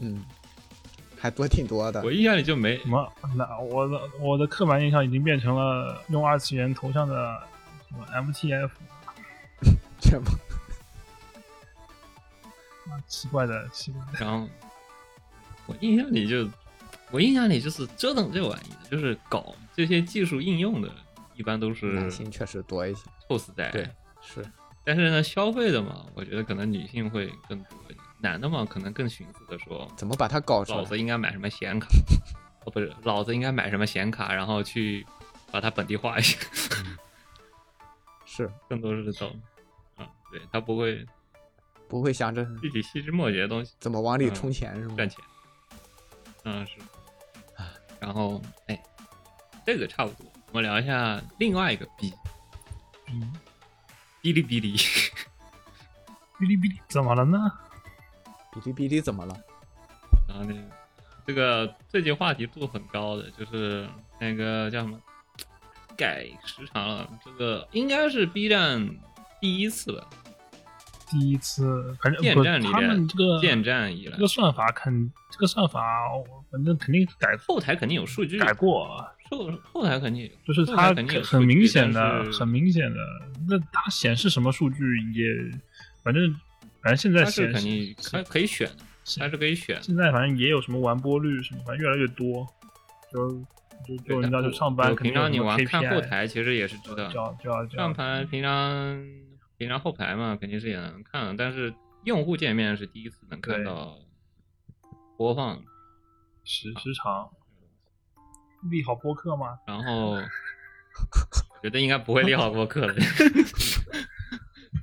Speaker 3: 嗯，还多挺多的
Speaker 1: 我。印象里就没
Speaker 2: 什么？那我的我的刻板印象已经变成了用二次元头像的什么 MTF
Speaker 3: 这么
Speaker 2: 啊奇怪的奇怪的。
Speaker 1: 然后我印象里就，我印象里就是折腾这玩意的，就是搞这些技术应用的，一般都是
Speaker 3: 男性确实多一些，
Speaker 1: cos 在。
Speaker 3: 对，是
Speaker 1: 但是呢，消费的嘛，我觉得可能女性会更多一点，男的嘛，可能更寻思的说，
Speaker 3: 怎么把它搞出
Speaker 1: 老
Speaker 3: 来？
Speaker 1: 子应该买什么显 卡，哦，不是，老子应该买什么显卡，然后去把它本地化一下，
Speaker 3: 是
Speaker 1: 更多是这种，嗯，对他不会
Speaker 3: 不会想着
Speaker 1: 具体细枝末节的东西
Speaker 3: 怎么往里
Speaker 1: 嗯
Speaker 3: 充钱是吗？
Speaker 1: 赚钱，嗯是，啊然后哎，这个差不多，我们聊一下另外一个 B，
Speaker 2: 嗯，
Speaker 1: 哔哩哔哩，
Speaker 2: 哔哩哔哩怎么了呢？
Speaker 3: 哔哩哔哩怎么了？
Speaker 1: 然后那个这个最近话题度很高的就是那个叫什么改时长了，这个应该是 B 站第一次吧，
Speaker 2: 第一次，反正
Speaker 1: 建
Speaker 2: 不
Speaker 1: 站里
Speaker 2: 他们
Speaker 1: 面
Speaker 2: 这个
Speaker 1: 建站以来
Speaker 2: 这个算法肯这个算法，我反正肯定改
Speaker 1: 后台肯定有数据，
Speaker 2: 改过，啊
Speaker 1: 后后台肯定有
Speaker 2: 就是
Speaker 1: 后
Speaker 2: 它
Speaker 1: 台肯定有数
Speaker 2: 很
Speaker 1: 据
Speaker 2: 明显
Speaker 1: 但
Speaker 2: 的，
Speaker 1: 是
Speaker 2: 很明显的。那它显示什么数据也，反正反正现在
Speaker 1: 它是
Speaker 2: 显
Speaker 1: 肯
Speaker 2: 示
Speaker 1: 定它可以选的，它
Speaker 2: 现
Speaker 1: 是可以选的。
Speaker 2: 现在反正也有什么完播率什么，反正越来越多，就就就人家就上班
Speaker 1: 我
Speaker 2: 肯定
Speaker 1: 平
Speaker 2: 有
Speaker 1: 常
Speaker 2: 什
Speaker 1: 你
Speaker 2: 么
Speaker 1: 玩看后
Speaker 2: KPI，
Speaker 1: 台，其实也是知道
Speaker 2: 就要就要就要
Speaker 1: 上盘平常平常后排嘛，肯定是也能看的，但是用户界面是第一次能看
Speaker 2: 对
Speaker 1: 到播放，
Speaker 2: 时时长。利好播客吗？
Speaker 1: 然后觉得应该不会利好播客的，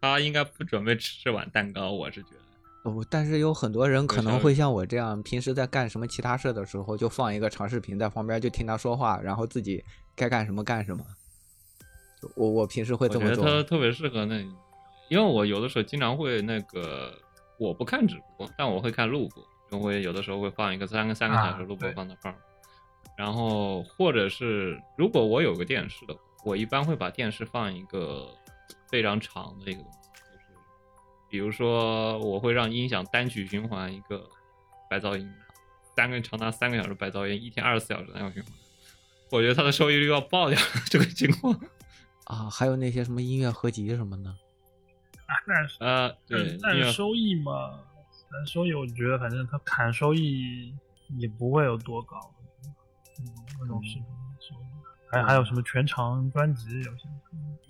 Speaker 1: 他应该不准备吃这碗蛋糕，我是觉得。
Speaker 3: 哦，但是有很多人可
Speaker 1: 对
Speaker 3: 能
Speaker 1: 稍
Speaker 3: 会
Speaker 1: 微
Speaker 3: 像我这样，平时在干什么其他事的时候，就放一个长视频在旁边，就听他说话，然后自己该干什么干什么。就我我平时会
Speaker 1: 我
Speaker 3: 这
Speaker 1: 觉
Speaker 3: 么
Speaker 1: 得
Speaker 3: 做，
Speaker 1: 它特别适合那，因为我有的时候经常会那个，我不看直播，但我会看录播，就会有的时候会放一个三个三个小时录播
Speaker 2: 对
Speaker 1: 放到那儿，然后或者是如果我有个电视的话，我一般会把电视放一个非常长的一个东西，就是比如说我会让音响单曲循环一个白噪音，三个长达三个小时白噪音，一天二十四小时单曲循环。我觉得它的收益率要爆掉了， 这个情况。
Speaker 3: 啊，还有那些什么音乐合集什么的，
Speaker 2: 啊， 但是
Speaker 1: 呃，对，
Speaker 2: 但但
Speaker 1: 因为
Speaker 2: 是收益嘛，但收益我觉得反正它砍收益也不会有多高，嗯，那种视频收益。还还有什么全长专辑有些，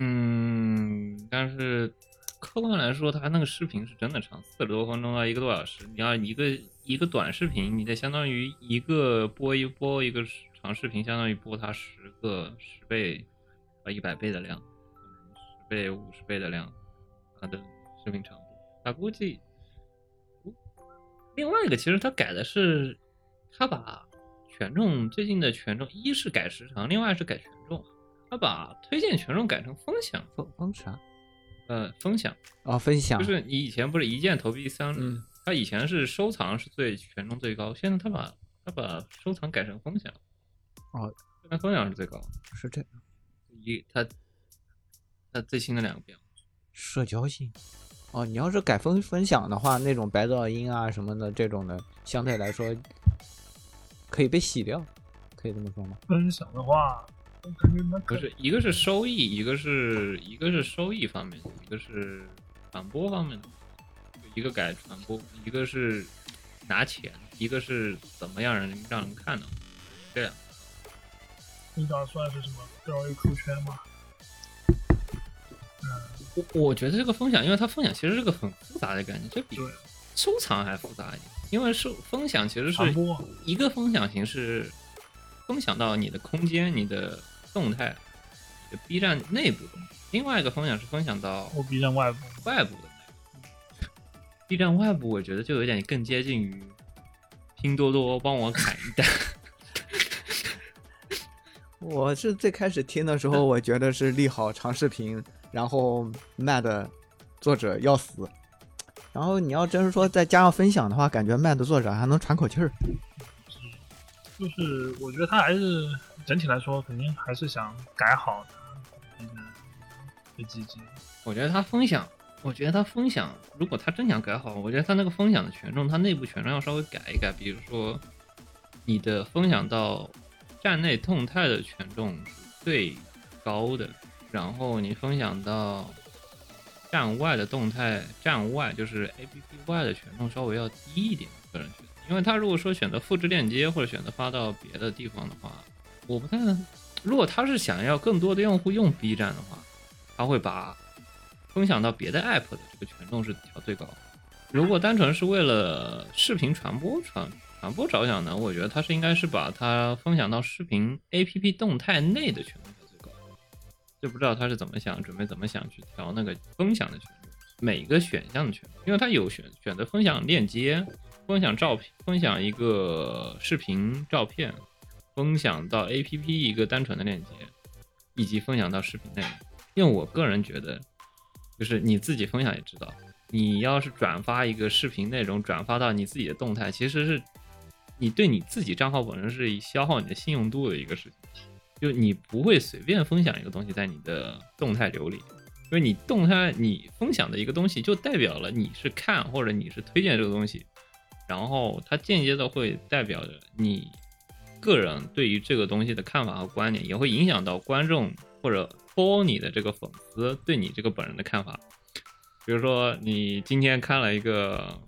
Speaker 1: 嗯，但是客观来说，它那个视频是真的长，四十多分钟到一个多小时。你要一个一个短视频，你得相当于一个播一播一个视长视频，相当于播它十个十倍啊一百倍的量，十倍五十倍的量，它的视频长度，它估计。另外一个，其实它改的是，它把权重最近的权重，一是改时长，另外是改权重。他把推荐权重改成分享，
Speaker 3: 分分啥
Speaker 1: 呃，分享
Speaker 3: 啊？分享
Speaker 1: 就是你以前不是一键投币三，
Speaker 3: 嗯，
Speaker 1: 他以前是收藏是最权重最高，现在他把他把收藏改成分享，
Speaker 3: 哦，
Speaker 1: 现在分享是最高，
Speaker 3: 是这
Speaker 1: 一他他最新的两个表，
Speaker 3: 社交性。哦，你要是改分分享的话，那种白噪音啊什么的这种的，相对来说可以被洗掉，可以这么说吗？
Speaker 2: 分享的话，我感觉那
Speaker 1: 不
Speaker 2: 可
Speaker 1: 是一个是收益，一个是一个是收益方面的，一个是传播方面的，一个改传播，一个是拿钱，一个是怎么样让人让人看到，这样。
Speaker 2: 分享算是什么更容易出圈嘛？
Speaker 1: 我我觉得这个分享，因为它分享其实是个很复杂的概念，这比
Speaker 2: 对
Speaker 1: 收藏还复杂一点。因为收分享其实是
Speaker 2: 传播
Speaker 1: 一个分享形式，分享到你的空间、你的动态，就 B 站内部的，另外一个风险是分享到
Speaker 2: 我 B 站外部，
Speaker 1: 外部的内容 B 站外部，我觉得就有点更接近于拼多多帮我砍一单。
Speaker 3: 我是最开始听的时
Speaker 1: 嗯
Speaker 3: 候，我觉得是利好长视频，然后卖的作者要死。然后你要真是说再加上分享的话，感觉卖的作者还能喘口气儿。
Speaker 2: 就是我觉得他还是整体来说肯定还是想改好那个的机制。
Speaker 1: 我觉得他分享，我觉得他分享，如果他真想改好，我觉得他那个分享的权重，他内部权重要稍微改一改，比如说你的分享到站内动态的权重是最高的，然后你分享到站外的动态，站外就是 APP 外的权重稍微要低一点，我个人觉得，因为他如果说选择复制链接或者选择发到别的地方的话，我不太，如果他是想要更多的用户用 B 站的话，他会把分享到别的 app 的这个权重是调最高。如果单纯是为了视频传播传传播着想呢，我觉得它是应该是把它分享到视频 app 动态内的权重调最高。就不知道他是怎么想，准备怎么想去调那个分享的权重，每个选项的权重，因为它有选选择分享链接、分享照片、分享一个视频照片、分享到 app 一个单纯的链接，以及分享到视频内容。因为我个人觉得，就是你自己分享也知道，你要是转发一个视频内容，转发到你自己的动态，其实是你对你自己账号本身是消耗你的信用度的一个事情。就你不会随便分享一个东西在你的动态流里，因为你动态你分享的一个东西，就代表了你是看或者你是推荐这个东西，然后它间接的会代表着你个人对于这个东西的看法和观点，也会影响到观众或者 follow 你的这个粉丝对你这个本人的看法。比如说你今天看了一个，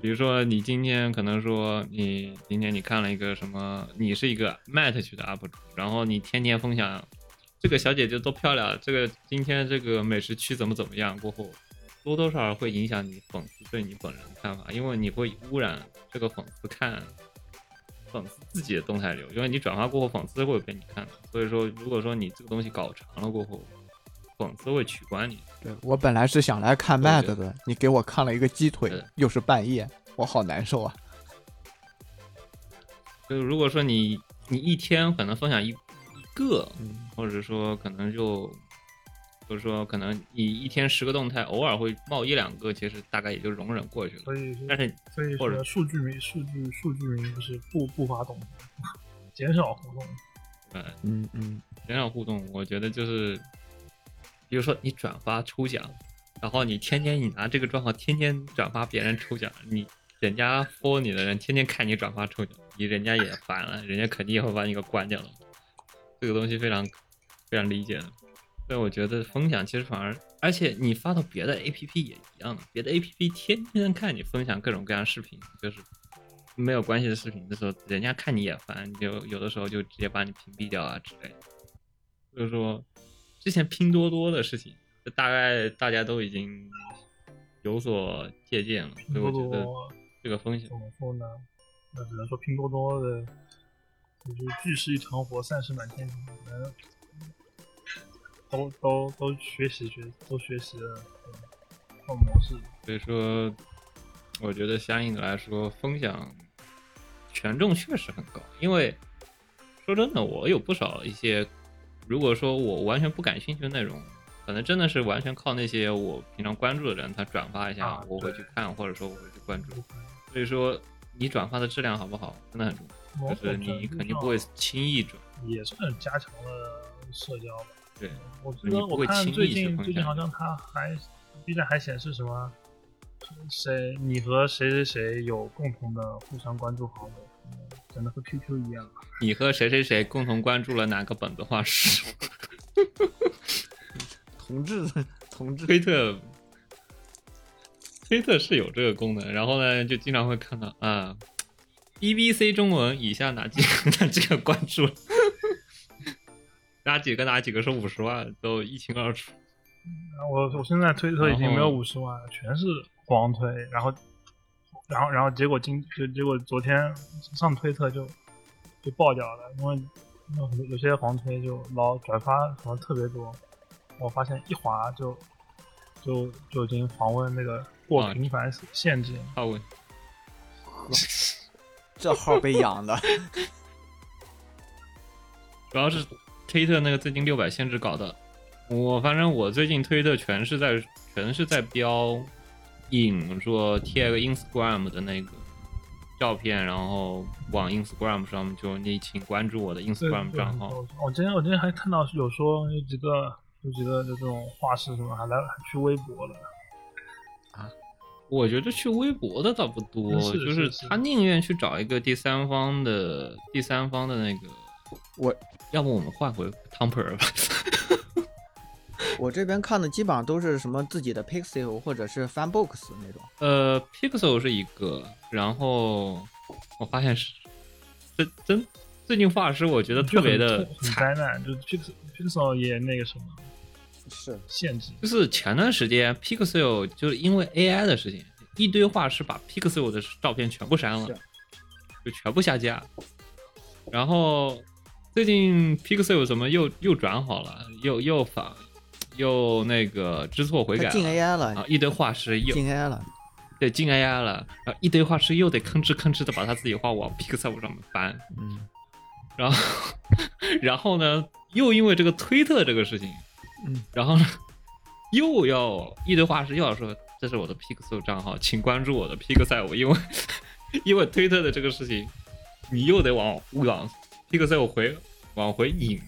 Speaker 1: 比如说你今天可能说你今天你看了一个什么，你是一个 mat 区的 UP 主，然后你天天分享这个小姐姐多漂亮，这个今天这个美食区怎么怎么样，过后多多少少会影响你粉丝对你本人的看法，因为你会污染这个粉丝看粉丝自己的动态流，因为你转发过后，粉丝会被你看到。所以说，如果说你这个东西搞长了过后，粉丝会取关你。
Speaker 3: 对我本来是想来看
Speaker 1: 对
Speaker 3: 麦
Speaker 1: 对
Speaker 3: 子的，你给我看了一个鸡腿
Speaker 1: 对，
Speaker 3: 又是半夜，我好难受啊！
Speaker 1: 就是如果说你你一天可能分享一一个，
Speaker 3: 嗯，
Speaker 1: 或者说可能就，就是说可能你一天十个动态，偶尔会冒一两个，其实大概也就容忍过去了。
Speaker 2: 所以说
Speaker 1: 但是
Speaker 2: 所以
Speaker 1: 或者
Speaker 2: 说数据迷数据数据迷就是不不发动，减少活动。
Speaker 1: 呃，
Speaker 3: 嗯嗯，
Speaker 1: 减少互动，我觉得就是，比如说你转发抽奖，然后你天天你拿这个账号天天转发别人抽奖，你人家 follow 你的人天天看你转发抽奖，你人家也烦了， 人家肯定也会把你给关掉了。这个东西非常非常理解的，所以我觉得分享其实反而，而且你发到别的 APP 也一样的，别的 APP 天天看你分享各种各样视频，就是。没有关系的视频的时候，人家看你也烦，你就有的时候就直接把你屏蔽掉啊之类的。就是说之前拼多多的事情，就大概大家都已经有所借鉴了，所以我
Speaker 2: 多
Speaker 1: 觉得
Speaker 2: 多
Speaker 1: 这个风险
Speaker 2: 怎么说呢？那只能说拼多多的，就是聚是一团火，散是满天星，可能都都都学习学都学习了嗯这种模式。
Speaker 1: 所以说，我觉得相应的来说，风向权重确实很高。因为说真的，我有不少一些，如果说我完全不感兴趣的内容，可能真的是完全靠那些我平常关注的人他转发一下，
Speaker 2: 啊
Speaker 1: 我会
Speaker 2: 对
Speaker 1: 去看，或者说我会去关注。所以说，你转发的质量好不好，真的很重要。
Speaker 2: 某
Speaker 1: 就是
Speaker 2: 种
Speaker 1: 你
Speaker 2: 程
Speaker 1: 肯定
Speaker 2: 度
Speaker 1: 不会
Speaker 2: 上
Speaker 1: 轻易转，
Speaker 2: 也算加强了社交吧。
Speaker 1: 对，
Speaker 2: 我记
Speaker 1: 你
Speaker 2: 得
Speaker 1: 不
Speaker 2: 我
Speaker 1: 会
Speaker 2: 看
Speaker 1: 轻
Speaker 2: 最
Speaker 1: 易去
Speaker 2: 近
Speaker 1: 分
Speaker 2: 最近
Speaker 1: 享
Speaker 2: 好像他还 B 站还显示什么，谁你和谁谁谁有共同的互相关注好友，嗯真的和 QQ 一样。
Speaker 1: 你和谁谁谁共同关注了哪个本子画师？
Speaker 3: 同志，同志，
Speaker 1: 推特，推特是有这个功能，然后呢，就经常会看到啊，BBC 中文以下哪几个 哪几个关注，哪几个哪几个是五十万，都一清二楚。
Speaker 2: 啊我我现在推特已经没有五十万了，全是黄推，然后，然后然后结果今就结果昨天上推特就就爆掉了，因为有有些黄推就老转发什么特别多，我发现一滑就就就已经访问那个过
Speaker 1: 啊
Speaker 2: 频繁限制了。
Speaker 1: 好我
Speaker 3: 这号被养的，
Speaker 1: 主要是推特那个最近六百限制搞的。我反正我最近推特全是在全是在标引说贴个 Instagram 的那个照片，然后往 Instagram 上面就你请关注我的
Speaker 2: 对
Speaker 1: Instagram
Speaker 2: 对
Speaker 1: 账
Speaker 2: 很
Speaker 1: 号。
Speaker 2: 多我今天我今天还看到有说有几个有几个就这种画师什么还来还去微博了，
Speaker 1: 我觉得去微博的倒不多，
Speaker 2: 嗯是
Speaker 1: 就是
Speaker 2: 是
Speaker 1: 他宁愿去找一个第三方的第三方的那个。
Speaker 3: 我
Speaker 1: 要不我们换回汤普尔吧？
Speaker 3: 我这边看的基本上都是什么自己的 Pixel 或者是 Fanbox 那种。
Speaker 1: 呃，Pixel 是一个，然后我发现是真真最近画师我觉得
Speaker 2: 就
Speaker 1: 特
Speaker 2: 很
Speaker 1: 别的
Speaker 2: 很
Speaker 1: 惨，
Speaker 2: 灾难，就 Pix Pixel 也那个什么
Speaker 3: 是，
Speaker 2: 限制，
Speaker 1: 就是前段时间 Pixel 就是因为 AI 的事情，一堆画师把 Pixel 的照片全部删了
Speaker 3: 是，
Speaker 1: 就全部下架。然后最近 Pixel 怎么又又转好了，又又反又那个知错悔改
Speaker 3: 它进
Speaker 1: 了
Speaker 3: AI 了，
Speaker 1: 啊！一堆画师又
Speaker 3: 进 AI 了。
Speaker 1: 对，进 AI 了，然后一堆画师又得吭哧吭哧的把他自己画 往 Pixel 上面搬，
Speaker 3: 嗯
Speaker 1: 然后， 然后呢，又因为这个推特这个事情，
Speaker 3: 嗯，
Speaker 1: 然后呢，又要一堆画师又要说这是我的 Pixel 账号，请关注我的 Pixel，因为因为推特的这个事情，你又得往往 Pixel 回往回引，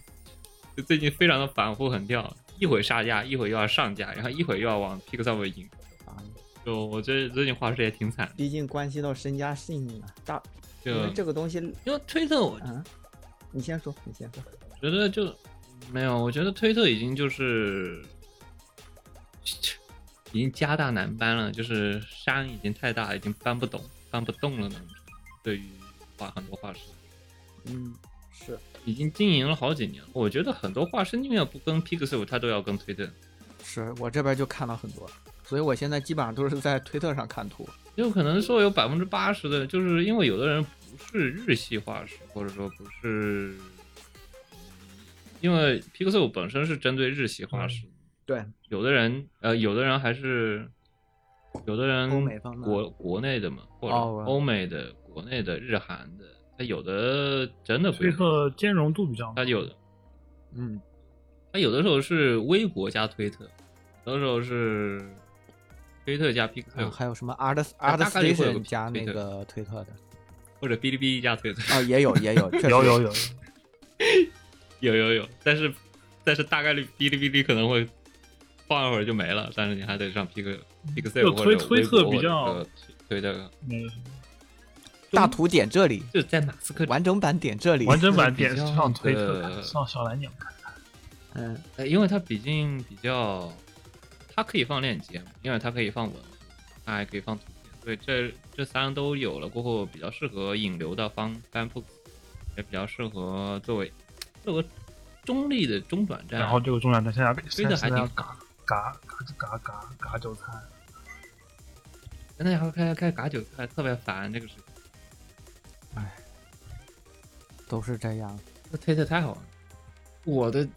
Speaker 1: 就最近非常的反复横跳，一会下架，一会又要上架，然后一会又要往 Pixel 引，
Speaker 3: 啊，
Speaker 1: 就我觉得最近画师也挺惨，
Speaker 3: 毕竟关系到身家性命啊，大
Speaker 1: 就
Speaker 3: 因为这个东西，
Speaker 1: 因为推特我
Speaker 3: 嗯，你先说，你先说。
Speaker 1: 觉得就没有，我觉得推特已经就是已经加大难搬了，就是山已经太大，已经搬不动，搬不动了那种。对于画很多画师，
Speaker 3: 嗯，是，
Speaker 1: 已经经营了好几年了，我觉得很多画师宁愿不跟 Pixel，他都要跟推特。
Speaker 3: 是我这边就看到很多，所以我现在基本上都是在推特上看图。
Speaker 1: 有可能说有百分之八十的，就是因为有的人不是日系画师，或者说不是，因为 Pixel 本身是针对日系画师，
Speaker 3: 对，
Speaker 1: 有的人呃，有的人还是有的人
Speaker 3: 欧美方的
Speaker 1: 国国内的嘛，或者
Speaker 3: 哦
Speaker 1: 欧美的、国内的、日韩的，他有的真的不
Speaker 2: 推
Speaker 1: 用，
Speaker 2: 特兼容度比较高
Speaker 1: 他，有的
Speaker 3: 嗯，
Speaker 1: 他有的时候是微博加推特，有的时候是推特加 Pixel，、
Speaker 3: 嗯还有什么 Art
Speaker 1: 哎大
Speaker 3: Art
Speaker 1: 概率会有个
Speaker 3: Station 加那
Speaker 1: 推特
Speaker 3: 个推特的，
Speaker 1: 或者哔哩哔哩加推特，
Speaker 3: 哦，也有 也有，确实
Speaker 2: 有有有，
Speaker 1: 有有有，但是但是大概率哔哩哔哩可能会放一会儿就没了，但是你还得上 Pix Pixel
Speaker 2: 就
Speaker 1: 或者
Speaker 2: 推推特
Speaker 1: 微博
Speaker 2: 比较
Speaker 1: 或者推特，
Speaker 2: 那个什么
Speaker 3: 大图点这里，
Speaker 1: 就在马斯克
Speaker 3: 完整版点这里，
Speaker 2: 完整版点
Speaker 1: 比较
Speaker 2: 上推
Speaker 1: 的
Speaker 2: 特上小蓝鸟看，
Speaker 3: 嗯，
Speaker 1: 呃，因为它毕竟比较，它可以放链接，因为它可以放文，它还可以放图片，所以这这三样都有了过后，比较适合引流到方 fanbook，也比较适合作为作为中立的中转站。
Speaker 2: 然后这个中转站现在
Speaker 1: 推啊特还
Speaker 2: 现在要
Speaker 1: 挺
Speaker 2: 嘎嘎嘎嘎嘎嘎韭菜，
Speaker 1: 现在还开开嘎韭菜，特别烦这个事情。
Speaker 3: 都是这样。
Speaker 1: 这推特太好玩了。我的，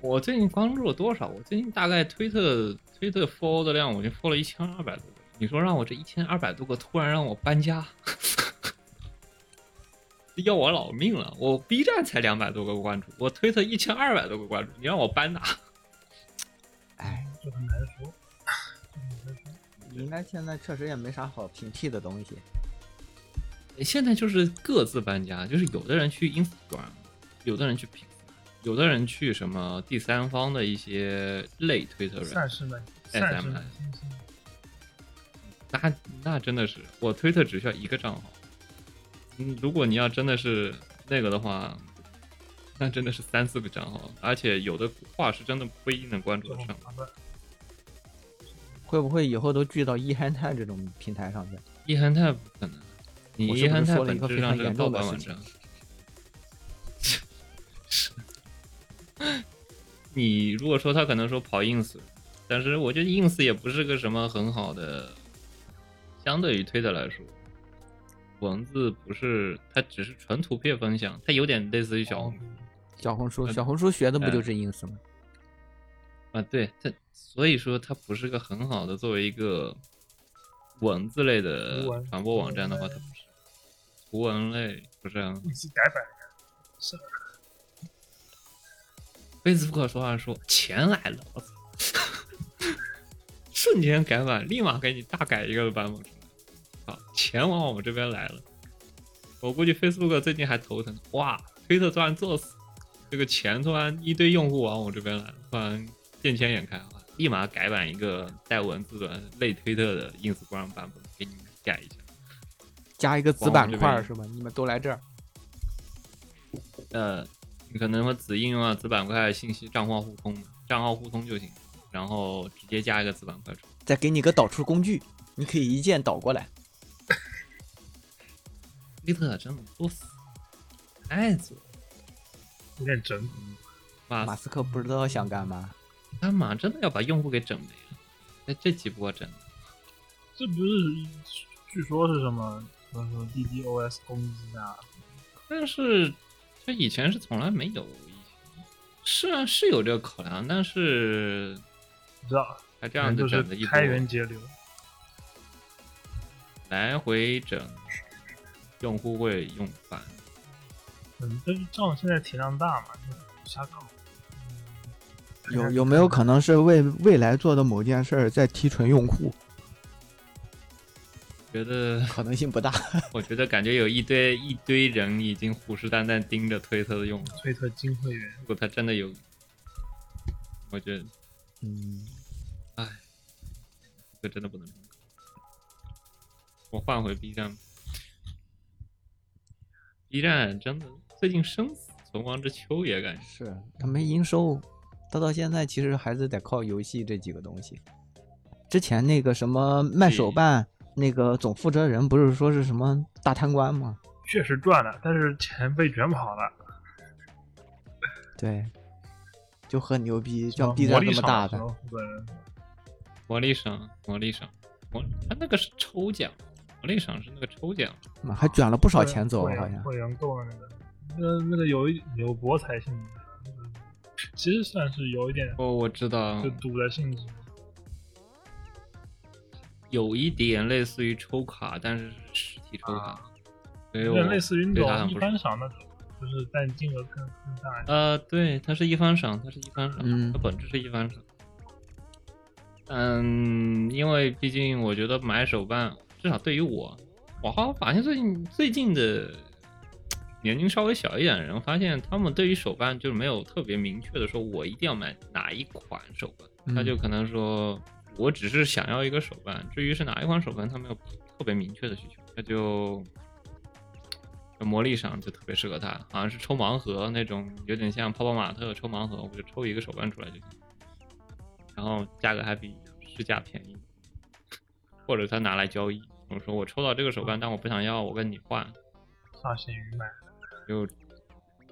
Speaker 1: 我最近关注了多少？我最近大概推特推特 follow 的量，我就 follow 了一千二百多个。你说让我这一千二百多个突然让我搬家， 要我老命了！我 B 站才两百多个关注，我推特一千二百多个关注，你让我搬哪？
Speaker 3: 哎，
Speaker 2: 就很难说。
Speaker 3: 应该现在确实也没啥好平替的东西。
Speaker 1: 现在就是各自搬家，就是有的人去 Instagram，有的人去 Pix，有的人去什么第三方的一些类推特软
Speaker 2: 赛事们，赛事们，
Speaker 1: 那那真的是，我推特只需要一个账号。嗯，如果你要真的是那个的话，那真的是三四个账号，而且有的话是真的不一定能关注
Speaker 2: 就
Speaker 1: 得
Speaker 2: 很
Speaker 1: 上。
Speaker 2: 麻烦。
Speaker 3: 会不会以后都聚到一憨态这种平台上去？
Speaker 1: 一涵泰不可能，你
Speaker 3: 我
Speaker 1: 一
Speaker 3: 是不
Speaker 1: 涵
Speaker 3: 是
Speaker 1: 泰
Speaker 3: 说了一
Speaker 1: 本
Speaker 3: 个
Speaker 1: 质
Speaker 3: 非
Speaker 1: 上
Speaker 3: 常
Speaker 1: 是个
Speaker 3: 严
Speaker 1: 盗
Speaker 3: 重的
Speaker 1: 版
Speaker 3: 事
Speaker 1: 文
Speaker 3: 情
Speaker 1: 章。？ 你如果说他可能说跑 ins，但是我觉得 ins 也不是个什么很好的，相对于推特来说，文字不是它只是纯图片分享，它有点类似于小红书。
Speaker 2: 嗯
Speaker 3: 小红书，
Speaker 1: 嗯
Speaker 3: 小红书学的不就是 ins 吗？哦
Speaker 1: 啊，对它，所以说它不是个很好的作为一个文字类的
Speaker 2: 图文
Speaker 1: 传播网站的话，它不是图文类不是很好。
Speaker 2: 一起改版。
Speaker 1: Facebook 说话说钱来了，我操 瞬间改版，立马给你大改一个版本出来。啊，钱往我们这边来了，我估计 Facebook 最近还头疼。哇，推特突然作死，这个钱突然一堆用户往我这边来了，突然见钱眼开啊，立马改版一个带文字的类推特的 Instagram 版本给你们改一下。
Speaker 3: 加一个子
Speaker 1: 往我
Speaker 3: 板
Speaker 1: 们这
Speaker 3: 块
Speaker 1: 边
Speaker 3: 儿是吧？你们都来这儿，
Speaker 1: 呃，你可能和子应用啊、子板块信息账号互通，账号互通就行，然后直接加一个子板块出来。
Speaker 3: 再给你个导出工具，你可以一键导过来。
Speaker 1: 推特真的作死，太作了，
Speaker 2: 有点整蛊，啊
Speaker 1: 马
Speaker 3: 马斯克不知道想干嘛，
Speaker 1: 他妈真的要把用户给整没了。哎，这期不我整了，
Speaker 2: 这不是据说是什么什么什么 DDoS 攻击啊？
Speaker 1: 但是这以前是从来没有，是啊是有这个考量，但是
Speaker 2: 不知道，
Speaker 1: 他这
Speaker 2: 这
Speaker 1: 样
Speaker 2: 就
Speaker 1: 子
Speaker 2: 是
Speaker 1: 整了一波
Speaker 2: 开，源节流。
Speaker 1: 来回整，用户会用烦。
Speaker 2: 嗯，但是仗现在体量大嘛，就瞎搞。嗯
Speaker 3: 有有没有可能是为未来做的某件事儿在提纯用户？
Speaker 1: 觉得，
Speaker 3: 可能性不大。
Speaker 1: 我觉得感觉有一堆一堆人已经虎视眈眈盯着推特的用户，
Speaker 2: 推特金会员？
Speaker 1: 如果他真的有，我觉得
Speaker 3: 嗯，
Speaker 1: 这真的不能重考。我换回 B 站，B 站真的最近生死存亡之秋也感觉。
Speaker 3: 是他没营收，他到现在其实还是得靠游戏这几个东西。之前那个什么卖手办，那个总负责人不是说是什么大贪官吗？
Speaker 2: 确实赚了，但是钱被卷跑了。
Speaker 3: 对，就很牛逼，像
Speaker 2: 什
Speaker 3: B
Speaker 2: 哦魔
Speaker 3: 站
Speaker 2: 力
Speaker 3: 这么
Speaker 2: 场
Speaker 3: 大
Speaker 2: 什
Speaker 3: 的，
Speaker 2: 么负责人
Speaker 1: 魔力赏，魔力赏，魔，他那个是抽奖，魔力赏是那个抽奖，
Speaker 3: 嗯还卷了不少
Speaker 2: 会员
Speaker 3: 钱走，
Speaker 2: 会员
Speaker 3: 好像。
Speaker 2: 会员购啊的那个，那那个有一有博彩性质，嗯其实算是有一点
Speaker 1: 哦，我知道
Speaker 2: 就，赌的性质。
Speaker 1: 有一点类似于抽卡，但是是实体抽卡，所以
Speaker 2: 有
Speaker 1: 我
Speaker 2: 点类似于那
Speaker 1: 对他很
Speaker 2: 种一
Speaker 1: 不
Speaker 2: 般赏那种，就是但金额更更大一点。
Speaker 1: 呃，对，它是一番赏，它是一番赏，
Speaker 3: 嗯
Speaker 1: 它本质是一番赏。嗯，因为毕竟我觉得买手办，至少对于我，我好像发现最近最近的年龄稍微小一点的人，发现他们对于手办就没有特别明确的说，我一定要买哪一款手办，他
Speaker 3: 嗯
Speaker 1: 就可能说我只是想要一个手办，至于是哪一款手办，他没有特别明确的需求，那就就魔力上就特别适合他，好像是抽盲盒那种，有点像泡泡玛特抽盲盒，我就抽一个手办出来就行，然后价格还比市价便宜，或者他拿来交易，我说我抽到这个手办，但我不想要，我跟你换，
Speaker 2: 上闲鱼买，
Speaker 1: 就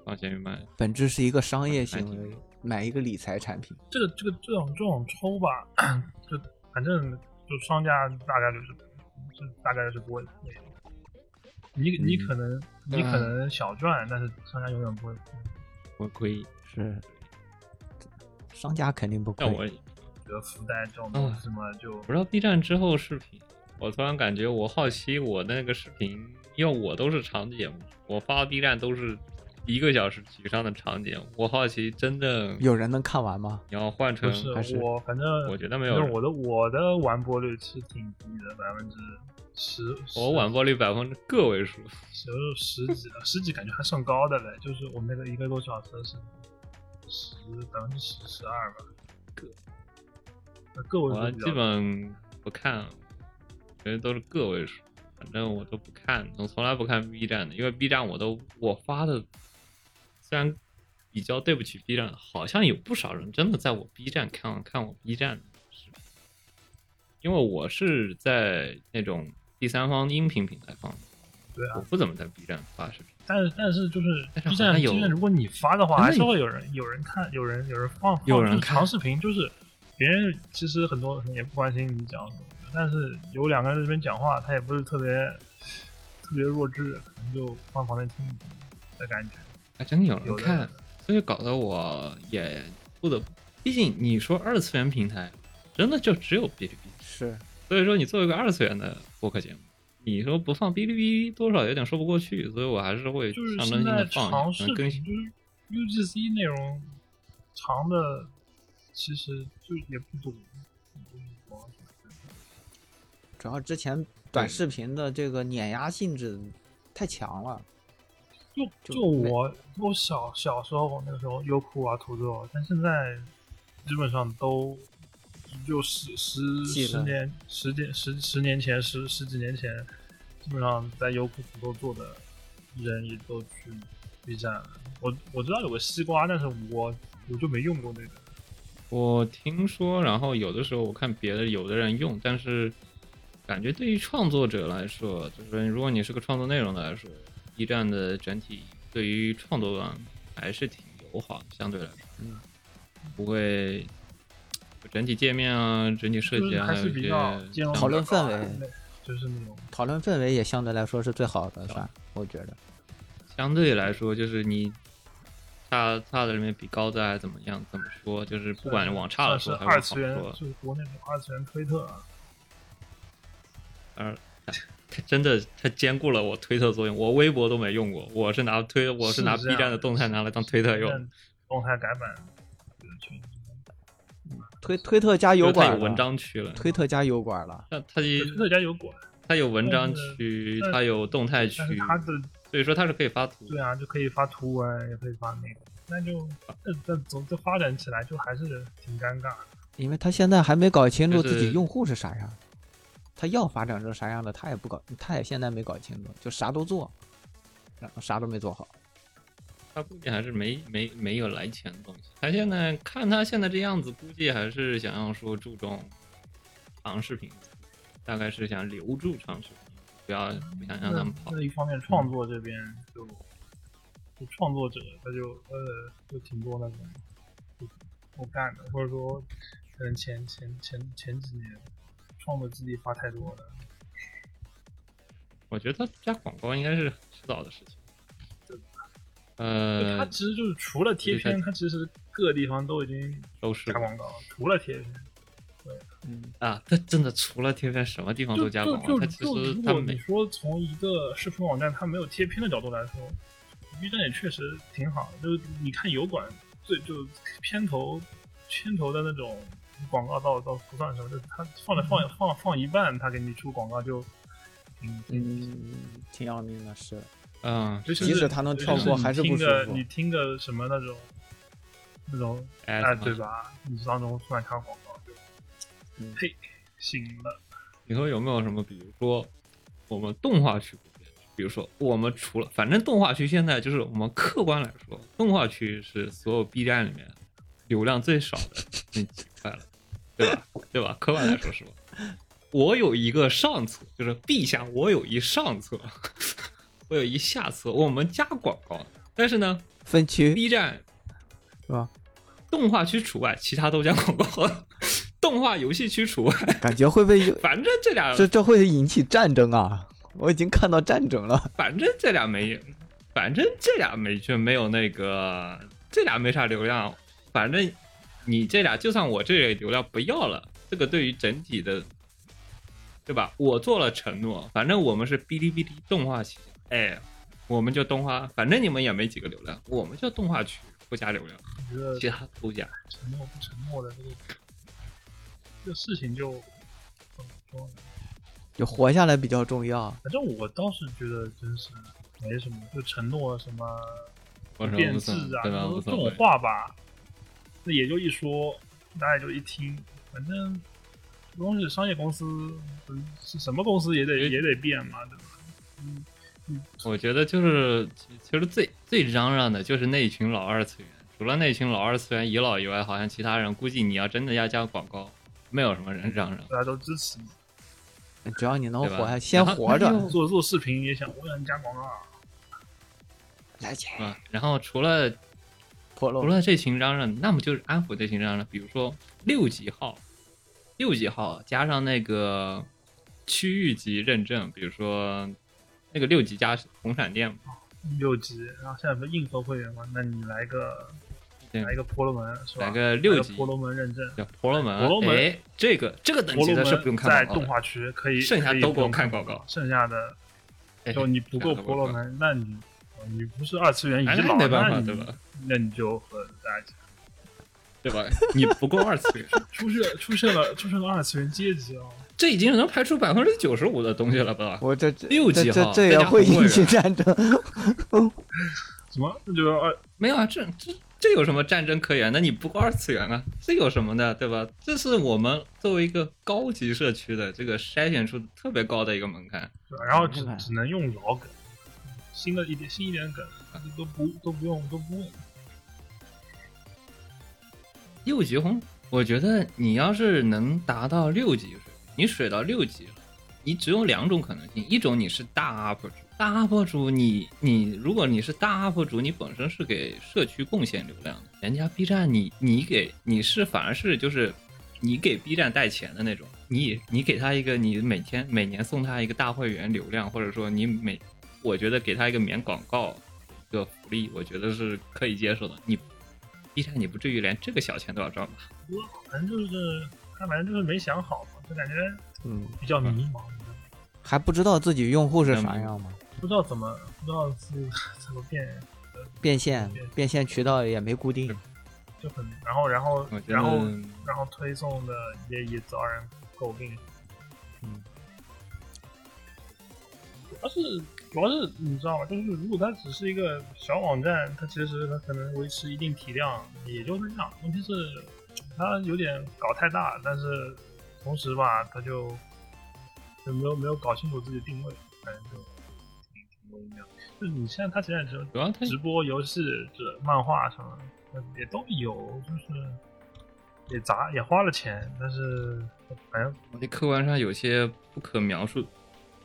Speaker 1: 放闲鱼卖。
Speaker 3: 本质是一个商业
Speaker 1: 还挺
Speaker 3: 行
Speaker 2: 哎
Speaker 3: 为，买一个理财产品。
Speaker 2: 这个这个这种这种抽吧，就反正就商家大概率是，就大概率是不会赔的。你你
Speaker 3: 嗯
Speaker 2: 可能、你可
Speaker 1: 嗯
Speaker 2: 能小赚，但是商家永远不会赔。
Speaker 1: 我亏，
Speaker 3: 是，商家肯定不亏
Speaker 1: 但。我
Speaker 2: 比如福袋这种东西嘛，就
Speaker 1: 嗯不知道 B 站之后视频，我突然感觉我好奇我那个视频，因为我都是长节目，我发 B 站都是一个小时以上的长节目，我好奇真的
Speaker 3: 有人能看完吗？
Speaker 1: 你要换成
Speaker 2: 不是
Speaker 3: 还是
Speaker 2: 我，反正
Speaker 1: 我觉得没
Speaker 2: 反
Speaker 1: 有
Speaker 2: 正
Speaker 1: 人
Speaker 2: 我的我的完播率是挺低的，百分之十。
Speaker 1: 我晚
Speaker 2: 播
Speaker 1: 播率百分之个位数，
Speaker 2: 十十几了，十几感觉还算高的嘞，就是我们那个一个多小时是十百分之十十二吧。呃个个位
Speaker 1: 我
Speaker 2: 数比较
Speaker 1: 基本不看，觉得都是个位数，反正我都不看，我从来不看 B 站的，因为 B 站我都我发的，虽然比较对不起 B 站，好像有不少人真的在我 B 站看看我 B 站的视频，因为我是在那种第三方音频平台放的，
Speaker 2: 对啊
Speaker 1: 我不怎么在 B 站发视频。
Speaker 2: 但是但是就是
Speaker 1: 但是
Speaker 2: B
Speaker 1: 好
Speaker 2: 站
Speaker 1: 像
Speaker 2: B
Speaker 1: 有
Speaker 2: 站，如果你发的话，
Speaker 1: 真的
Speaker 2: 还是
Speaker 1: 有
Speaker 2: 会有人有人看，有人有人放，放
Speaker 1: 有人
Speaker 2: 就是
Speaker 1: 看
Speaker 2: 长视频，就是别人其实很多人也不关心你讲什么，但是有两个人在这边讲话，他也不是特别特别弱智，可能就放旁边听一听的感觉。
Speaker 1: 还真有
Speaker 2: 有
Speaker 1: 人
Speaker 2: 的
Speaker 1: 看，所以搞得我也不得不，毕竟你说二次元平台，真的就只有哔哩哔哩。
Speaker 3: 是，
Speaker 1: 所以说你作为一个二次元的播客节目，你说不放哔哩哔哩，多少有点说不过去。所以我还是会
Speaker 2: 就是
Speaker 1: 象征
Speaker 2: 现
Speaker 1: 性
Speaker 2: 在
Speaker 1: 的放
Speaker 2: 长
Speaker 1: 一下，
Speaker 2: 视
Speaker 1: 可能更新。
Speaker 2: 频就是 UGC 内容长的，其实就也不多。
Speaker 3: 主要之前短
Speaker 1: 对
Speaker 3: 视频的这个碾压性质太强了。
Speaker 2: 就
Speaker 3: 就
Speaker 2: 就
Speaker 3: 没
Speaker 2: 我我小小时候那个时候优酷啊、土豆，但现在基本上都就十十
Speaker 3: 记
Speaker 2: 十
Speaker 3: 得
Speaker 2: 年十点十十年前十十几年前，基本上在优酷、土豆做的人也都去 B 站了。我我知道有个西瓜，但是我我就没用过那个。
Speaker 1: 我听说，然后有的时候我看别的有的人用，但是感觉对于创作者来说，就是如果你是个创作内容的来说，B 站的整体对于创作端还是挺友好的，相对来说，
Speaker 3: 嗯，
Speaker 1: 不会整体界面啊、整体设
Speaker 2: 就
Speaker 1: 计
Speaker 2: 是
Speaker 1: 啊，
Speaker 2: 还
Speaker 1: 还有
Speaker 2: 是
Speaker 1: 一
Speaker 2: 比
Speaker 1: 些
Speaker 2: 较兼
Speaker 1: 相
Speaker 2: 容
Speaker 3: 讨
Speaker 1: 关
Speaker 3: 论
Speaker 2: 比较
Speaker 3: 氛
Speaker 2: 高
Speaker 3: 围，
Speaker 2: 就是那种
Speaker 3: 讨论氛围也相对来说是最好的，算我觉得。
Speaker 1: 相对来说，就是你差差的里面比高的还怎么样？怎么说？就是不管往差了
Speaker 2: 算
Speaker 1: 说
Speaker 2: 是
Speaker 1: 还
Speaker 2: 二
Speaker 1: 是
Speaker 2: 次
Speaker 1: 往
Speaker 2: 元
Speaker 1: 好，说，
Speaker 2: 就是国内的二次元推特啊，
Speaker 1: 而它真的它兼顾了我推特作用。我微博都没用过，我是拿推我是拿
Speaker 2: 是这
Speaker 1: B
Speaker 2: 样
Speaker 1: 站的动态拿来当推特用，，
Speaker 2: 动态改版，去
Speaker 3: 推推特加
Speaker 1: 因
Speaker 3: 油
Speaker 1: 为它
Speaker 3: 管
Speaker 1: 有
Speaker 3: 了，
Speaker 1: 文章区了。
Speaker 3: 推特加油管了，
Speaker 1: 它它也
Speaker 2: 推特家有管，
Speaker 1: 它有文章区，
Speaker 2: 但是
Speaker 1: 它有动态区
Speaker 2: 但，是它的
Speaker 1: 所以说它是可以发图。
Speaker 2: 对啊，就可以发图文，也可以发那个，那就
Speaker 1: 啊
Speaker 2: 但但总之发展起来就还是挺尴尬的。
Speaker 3: 因为他现在还没搞清楚
Speaker 1: 就
Speaker 3: 自己
Speaker 1: 是
Speaker 3: 用户是啥样，他要发展成啥样的，他也不搞，他也现在没搞清楚，就啥都做，然后啥都没做好。
Speaker 1: 他估计还是没没没有来钱的东西。他现在看他现在这样子，估计还是想要说注重长视频，大概是想留住长视频，不要不想让他们跑嗯
Speaker 2: 那。那一方面创作这边就就创作者他就呃就挺多那种就不干的，或者说可能前前前前几年创作基地发太多了，
Speaker 1: 我觉得他加广告应该是迟早的事情
Speaker 2: 对。啊就它
Speaker 1: 呃，
Speaker 2: 其实就是除了贴片，它其实各个地方都已经
Speaker 1: 都是
Speaker 2: 加广告了，除了贴片。
Speaker 3: 嗯，
Speaker 1: 啊，他真的除了贴片，什么地方
Speaker 2: 就
Speaker 1: 哦都加广告。
Speaker 2: 就
Speaker 1: 他
Speaker 2: 就
Speaker 1: 其
Speaker 2: 就
Speaker 1: 实
Speaker 2: 如
Speaker 1: 他
Speaker 2: 果你
Speaker 1: 每
Speaker 2: 说从一个视频网站它没有贴片的角度来说，B 站也确实挺好的。就是你看油管最就片头片头的那种广告倒倒不算什么，就是它放着
Speaker 1: 嗯
Speaker 2: 放放放一半，它给你出广告就嗯
Speaker 3: 嗯，挺要命的是，
Speaker 1: 嗯，
Speaker 2: 就
Speaker 3: 即使它能跳过还是
Speaker 2: 是你
Speaker 3: 不
Speaker 2: 听个
Speaker 3: 舒服
Speaker 2: 你听个什么那种那种
Speaker 1: 哎
Speaker 2: 哎
Speaker 1: 怎么
Speaker 2: 对吧？你当中突然看广告就
Speaker 3: 嗯
Speaker 2: 嘿醒了，
Speaker 1: 你说有没有什么，比如说我们动画区，比如说我们除了反正动画区现在就是我们客观来说，动画区是所有 B 站里面流量最少的那几块了，对吧？对吧？客观来说是吧？我有一个上策，就是陛下，我有一上策， 我有一下策，我们加广告，但是呢
Speaker 3: 分区
Speaker 1: ，B 站
Speaker 3: 是吧？
Speaker 1: 动画区除外，其他都加广告了， 动画游戏区除外，
Speaker 3: 感觉会不会有
Speaker 1: 反正这俩
Speaker 3: 这这会引起战争啊？我已经看到战争 了。
Speaker 1: 反正这俩没，反正这俩没就没有那个，这俩没啥流量。反正你这俩，就算我这里流量不要了，这个对于整体的，对吧？我做了承诺，反正我们是哔哩哔哩动画起家，哎，我们就动画，反正你们也没几个流量，我们就动画区不加流量，
Speaker 2: 我觉得
Speaker 1: 其他都加。
Speaker 2: 沉默不沉默的这个这个事情就怎么说呢？
Speaker 3: 就活下来比较重要，
Speaker 2: 反正我倒是觉得真是没什么，就承诺什么
Speaker 1: 我说
Speaker 2: 变
Speaker 1: 无
Speaker 2: 质
Speaker 1: 所
Speaker 2: 啊，
Speaker 1: 对吧？
Speaker 2: 就
Speaker 1: 无
Speaker 2: 是这
Speaker 1: 所
Speaker 2: 种
Speaker 1: 谓。
Speaker 2: 话吧，那也就一说，大家也就一听，反正这东西商业公司嗯是什么公司也得也得变嘛，对吧？嗯，
Speaker 1: 我觉得就是，其其实最最嚷嚷的就是那一群老二次元。除了那群老二次元遗老以外，好像其他人估计你要真的要加广告，没有什么人嚷嚷。
Speaker 2: 大家都支持嘛。
Speaker 3: 只要你能
Speaker 1: 对吧
Speaker 3: 活下，先
Speaker 1: 然后
Speaker 3: 活着
Speaker 1: 哎呦
Speaker 2: 做做视频也想我想加广告，
Speaker 3: 来钱
Speaker 1: 啊，然后除了
Speaker 3: 破
Speaker 1: 除
Speaker 3: 漏。
Speaker 1: 了这群嚷嚷，那么就是安抚这群嚷嚷。比如说六级号，六级号加上那个区域级认证，比如说那个六级加红闪电嘛，
Speaker 2: 六级，然后现在不是硬核会员嘛？那你来个
Speaker 1: 对
Speaker 2: 来一个婆罗门是吧？
Speaker 1: 来个六级
Speaker 2: 婆罗门认证，
Speaker 1: 叫婆罗门，
Speaker 2: 婆罗门
Speaker 1: 哎，这个这个等
Speaker 2: 婆
Speaker 1: 级
Speaker 2: 罗
Speaker 1: 的
Speaker 2: 门
Speaker 1: 是不用
Speaker 2: 在
Speaker 1: 看广告
Speaker 2: 动
Speaker 1: 的，
Speaker 2: 画区可以，
Speaker 1: 剩下
Speaker 2: 可以
Speaker 1: 都
Speaker 2: 不
Speaker 1: 给我
Speaker 2: 用
Speaker 1: 看
Speaker 2: 看
Speaker 1: 广告
Speaker 2: 剩下的
Speaker 1: 哎
Speaker 2: 就你不够婆罗，门，那你呃你不是二次元遗
Speaker 1: 哎那
Speaker 2: 老，
Speaker 1: 没办法
Speaker 2: 那你
Speaker 1: 对吧？
Speaker 2: 那你就和大家
Speaker 1: 对吧？你不够二次元，
Speaker 2: 出现出现了出现了二次元阶级哦，
Speaker 1: 这已经能排除百分之九十五的东西了吧？
Speaker 3: 我这这
Speaker 1: 六
Speaker 3: 这
Speaker 1: 级
Speaker 3: 这
Speaker 1: 哈
Speaker 3: 这
Speaker 1: 再
Speaker 3: 也
Speaker 1: 加
Speaker 3: 会
Speaker 1: 红会嗯
Speaker 3: 引起
Speaker 1: 员
Speaker 3: 战争。
Speaker 2: 什么那就是二
Speaker 1: 没有啊，这这这有什么战争可言的？你不够二次元啊，这有什么的，对吧？这是我们作为一个高级社区的这个筛选出特别高的一个门槛。
Speaker 2: 对吧然后只
Speaker 3: 明白
Speaker 2: 只能用老梗，新的一点新一点梗都不都不用都不用，
Speaker 1: 六级红，我觉得你要是能达到六级水平，你水到六级了，你只有两种可能性，一种你是大 UP 主，大 UP 主你你如果你是大 UP 主，你本身是给社区贡献流量的，人家 B 站你你给你是反而是就是你给 B 站带钱的那种，你你给他一个你每天每年送他一个大会员流量，或者说你每我觉得给他一个免广告的福利，我觉得是可以接受的，你。B 站你不至于连这个小钱都要赚吧？
Speaker 2: 反正就是他反正就是没想好嘛，就感觉
Speaker 3: 嗯，
Speaker 2: 比较迷茫，
Speaker 3: 还不知道自己用户是啥样吗？
Speaker 1: 嗯
Speaker 2: 不知道怎么不知道是 怎么变，
Speaker 3: 变现变现渠道也没固定，
Speaker 2: 就很然后然后
Speaker 1: 我觉得
Speaker 2: 然后然后推送的也也遭人诟病，
Speaker 3: 嗯，
Speaker 2: 主要是主要是你知道吗？就是如果它只是一个小网站，它其实它可能维持一定体量也就那样。问题是它有点搞太大，但是同时吧，它就就没有没有搞清楚自己的定位，反正就挺挺微妙。就是你现在它现在只有
Speaker 1: 主要它
Speaker 2: 直播、游戏、这漫画什么的嗯也都有，就是也砸也花了钱，但是反正
Speaker 1: 这客观上有些不可描述、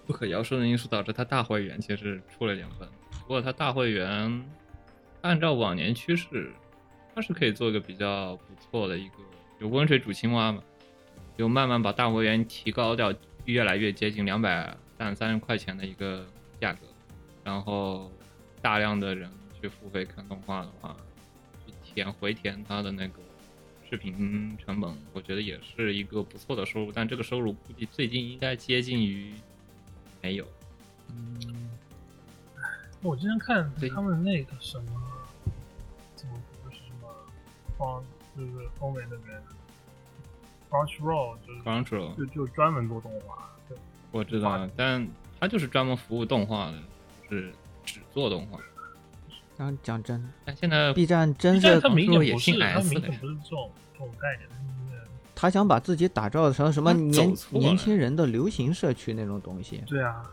Speaker 1: 不可描述的因素，导致它大会员其实出了点问题。不过它大会员按照往年趋势，它是可以做一个比较不错的一个，有温水煮青蛙嘛，就慢慢把大会员提高到越来越接近两百但三十块钱的一个价格，然后大量的人去付费看动画的话，去填回填它的那个视频成本，我觉得也是一个不错的收入，但这个收入估计最近应该接近于没有。
Speaker 2: 我之前看
Speaker 1: 对
Speaker 2: 他们那个什么，怎么就是什么，方就是欧美那边，Crunchyroll 就是
Speaker 1: Control
Speaker 3: 嗯
Speaker 2: 就就专门做动画，对，
Speaker 1: 我知道，但它就是专门服务动画的，就是只做动画。
Speaker 3: 讲讲真
Speaker 1: 但现在
Speaker 3: ，B 站真
Speaker 2: 但
Speaker 3: 是
Speaker 2: 是它明
Speaker 1: 如果
Speaker 2: 显
Speaker 1: 也
Speaker 2: 不
Speaker 1: 进
Speaker 2: 是，它
Speaker 1: S
Speaker 2: 明
Speaker 1: 了呀
Speaker 2: 显不是这种这种概念，它明显
Speaker 3: 他想把自己打造成什么
Speaker 1: 他走
Speaker 3: 年
Speaker 1: 错了
Speaker 3: 年轻人的流行社区那种东西。
Speaker 2: 对啊，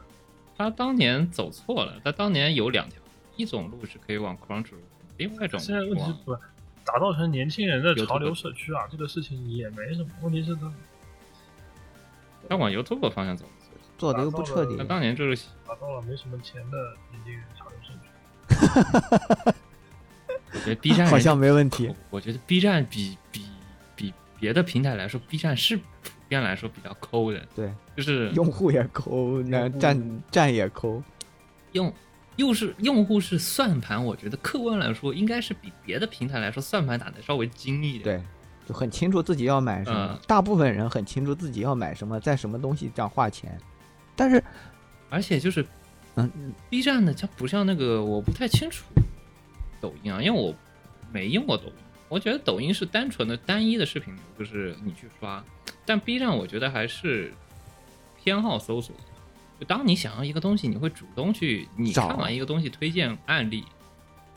Speaker 1: 它当年走错了，它当年有两条，一种路是可以往 Control，另外一种
Speaker 2: 现在问题是
Speaker 1: 往
Speaker 2: 不打造成年轻人的潮流社区啊，这个事情也没什么，问题是它
Speaker 1: 它往 YouTube 方向走。
Speaker 3: 做的又不彻底
Speaker 1: 那，当年就是
Speaker 2: 打造了没什么钱的年轻人潮流社区，
Speaker 1: 我觉得 B 站人
Speaker 3: 好像没 问题。
Speaker 1: 我觉得 B 站比比比别的平台来说，B 站是普遍来说比较抠的，
Speaker 3: 对，
Speaker 1: 就是
Speaker 3: 用户也抠，那
Speaker 2: 用户
Speaker 3: 站站也抠。
Speaker 1: 用又是用户是算盘，我觉得客观来说应该是比别的平台来说算盘打得稍微精一点。，
Speaker 3: 对，就很清楚自己要买什么。
Speaker 1: 嗯
Speaker 3: 大部分人很清楚自己要买什么，在什么东西上花钱。但是，
Speaker 1: 而且就是
Speaker 3: 嗯，
Speaker 1: B 站的，它不像那个，我不太清楚抖音啊，因为我没用过抖音。我觉得抖音是单纯的单一的视频流，就是你去刷，但 B 站我觉得还是偏好搜索。就当你想要一个东西，你会主动去，你
Speaker 3: 找
Speaker 1: 看完一个东西推荐案例，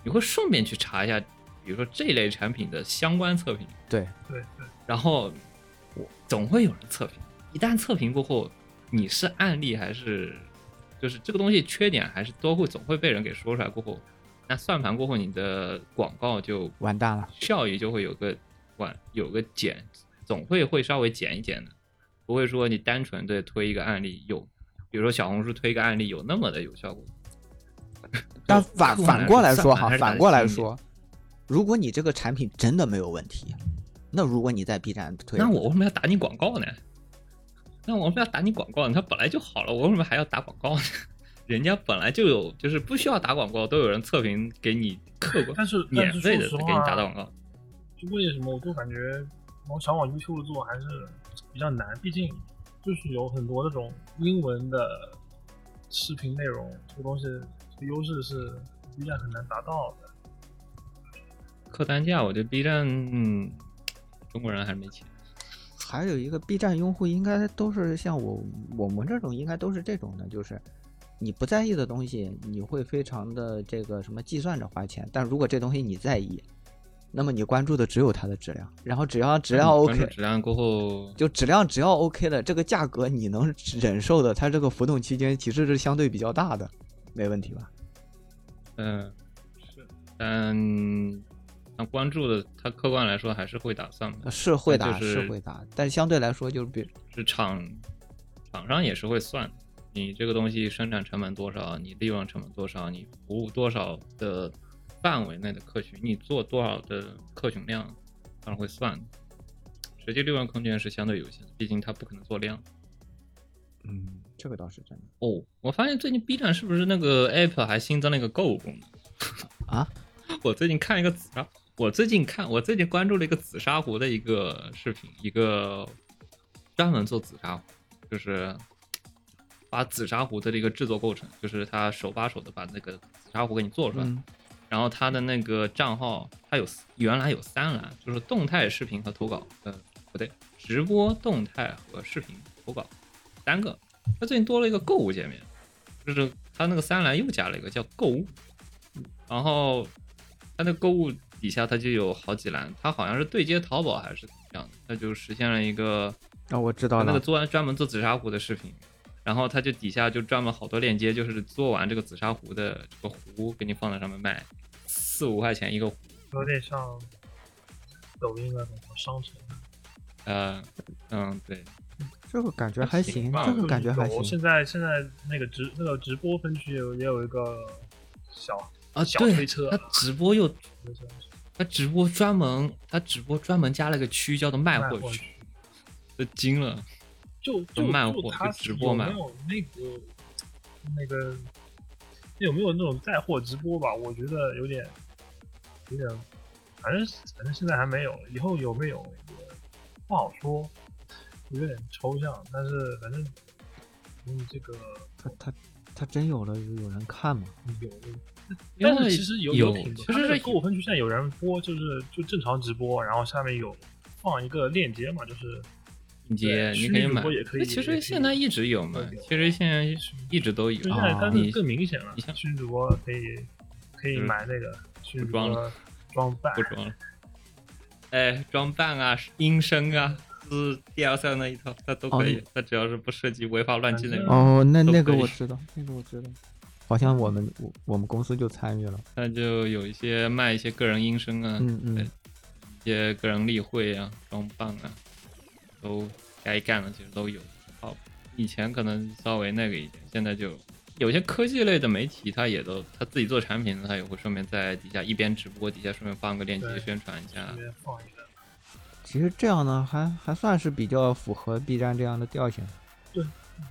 Speaker 1: 你会顺便去查一下，比如说这类产品的相关测评，
Speaker 3: 对
Speaker 2: 对对，
Speaker 1: 然后我总会有人测评。一旦测评过后，你是案例还是就是这个东西缺点还是都会总会被人给说出来。过后，那算盘过后，你的广告就
Speaker 3: 完蛋了，
Speaker 1: 效益就会有个晚有个减，总会会稍微减一减的，不会说你单纯的推一个案例有，比如说小红书推一个案例有那么的有效果。
Speaker 3: 但反
Speaker 1: 客观
Speaker 3: 反过来
Speaker 1: 来
Speaker 3: 说
Speaker 1: 说
Speaker 3: 哈
Speaker 1: 算盘还，是
Speaker 3: 反
Speaker 1: 蛮
Speaker 3: 过来
Speaker 1: 新颖
Speaker 3: 说，如果你这个产品真的没有问题，那如果你在 B 站推，
Speaker 1: 那我为什么要打你广告呢？那我为什么要打你广告呢？它本来就好了，我为什么还要打广告呢？ 人家本来就有，就是不需要打广告，都有人测评给你客观
Speaker 2: 但是但
Speaker 1: 免
Speaker 2: 是
Speaker 1: 费的
Speaker 2: 说
Speaker 1: 给
Speaker 2: 实
Speaker 1: 你
Speaker 2: 话
Speaker 1: 打打广告。
Speaker 2: 就为什么我就感觉往想往 YouTube 做还是比较难，毕竟就是有很多那种英文的视频内容，这个东西这个优势是 B 站很难达到的。
Speaker 1: 客单价，我觉得 B 站，嗯，中国人还是没钱。
Speaker 3: 还有一个 B 站用户应该都是像我我们这种，应该都是这种的，就是你不在意的东西，你会非常的这个什么计算着花钱，但如果这东西你在意，那么你关注的只有它的质量，然后只要质量
Speaker 1: 嗯关
Speaker 3: OK，、
Speaker 1: 注质量过后，
Speaker 3: 就质量只要 OK 的，这个价格你能忍受的，它这个浮动区间其实是相对比较大的，没问题吧？
Speaker 1: 嗯、但但关注的，它客观来说还是会打算的，
Speaker 3: 呃是会
Speaker 1: 那
Speaker 3: 打、
Speaker 1: 就是
Speaker 3: 会打，但相对来说就是比
Speaker 1: 是厂厂商也是会算的你这个东西生产成本多少，你利润成本多少，你服务多少的范围内的客群，你做多少的客群量，当然会算的。实际利润空间是相对有限的，毕竟它不可能做量。
Speaker 3: 嗯，这个倒是真的
Speaker 1: 哦，我发现最近 B 站是不是那个 App 还新增了一个购物功能？
Speaker 3: 啊。
Speaker 1: 我最近看一个紫砂，我最近看我最近关注了一个紫砂壶的一个视频，一个专门做紫砂壶，就是把紫砂壶的这个制作过程，就是他手把手的把那个紫砂壶给你做出来。
Speaker 3: 嗯
Speaker 1: 然后他的那个账号，他有原来有三栏，就是动态视频和投稿，呃，不对，直播、动态和视频投稿三个。他最近多了一个购物界面，就是他那个三栏又加了一个叫购物，然后他那购物底下他就有好几栏，他好像是对接淘宝还是怎么样的，他就实现了一个
Speaker 3: 啊、我
Speaker 2: 哦
Speaker 3: 知道
Speaker 1: 他那个，
Speaker 3: 了
Speaker 1: 做完专门做紫砂壶的视频，然后他就底下就专门好多链接，就是做完这个紫砂壶的这个壶给你放在上面卖，四五块钱一个壶，
Speaker 2: 有点像抖音那种商城，
Speaker 1: 呃，嗯，对，
Speaker 3: 这个感觉还行，
Speaker 1: 吧
Speaker 3: 这个感觉还
Speaker 2: 啊有
Speaker 3: 行
Speaker 2: 现。在现在那个直那个直播分区也有也有一个小
Speaker 1: 啊
Speaker 2: 小
Speaker 1: 对
Speaker 2: 推车
Speaker 1: 他，直播又
Speaker 2: 就是
Speaker 1: 他直播专门他直播专门加了个区叫做卖货
Speaker 2: 货
Speaker 1: 区，都惊了，
Speaker 2: 就
Speaker 1: 就
Speaker 2: 就
Speaker 1: 卖货
Speaker 2: 就他
Speaker 1: 就直播卖
Speaker 2: 有没有那个那个有没有那种带货直播吧？我觉得有点有点，反正反正现在还没有，以后有没有也不好说，有点抽象。但是反正嗯，这个
Speaker 3: 他他他真有了，有有人看吗？
Speaker 2: 有，
Speaker 1: 因
Speaker 2: 但
Speaker 1: 为
Speaker 2: 是其实有
Speaker 1: 有
Speaker 2: 挺多，
Speaker 1: 其实
Speaker 2: 它那
Speaker 1: 是
Speaker 2: 个购物分区现在有人播，就是就正常直播，然后下面有放一个链接嘛，就是
Speaker 1: 你姐
Speaker 2: 对
Speaker 1: 你
Speaker 2: 虚
Speaker 1: 可
Speaker 2: 拟
Speaker 1: 以
Speaker 2: 主
Speaker 1: 买
Speaker 2: 播也可，以
Speaker 1: 那其
Speaker 2: 也可
Speaker 1: 实
Speaker 2: 以
Speaker 1: 现在一直有嘛
Speaker 2: 那，个
Speaker 1: 其实现在一直都有
Speaker 2: 就现
Speaker 1: 啊，
Speaker 2: 在，但是
Speaker 1: 你
Speaker 2: 更明显了
Speaker 1: 你像，
Speaker 2: 虚拟主播可以可以
Speaker 1: 嗯
Speaker 2: 买那个虚拟主
Speaker 1: 装
Speaker 2: 播装扮
Speaker 1: 不，装了，哎，装扮啊，音声啊，是 DLC 那一套，它都可以
Speaker 3: 哦，
Speaker 1: 它只要是不涉及违法乱纪内容，
Speaker 2: 嗯
Speaker 3: 哦，那
Speaker 1: 都
Speaker 3: 那
Speaker 1: 可
Speaker 3: 个
Speaker 1: 以
Speaker 3: 我知道，那个我知道。好像我们我我们公司就参与了，
Speaker 1: 那就有一些卖一些个人音声啊，
Speaker 3: 嗯嗯
Speaker 1: 对，一些个人例会啊，装扮啊，都该干的其实都有。好，以前可能稍微那个一点，现在就有些科技类的媒体，它也都他自己做产品，他也会顺便在底下一边直播，底下顺便放个链接
Speaker 2: 对
Speaker 1: 宣传一下
Speaker 2: 里。面放一个，
Speaker 3: 其实这样呢，还还算是比较符合 B 站这样的调性。
Speaker 2: 我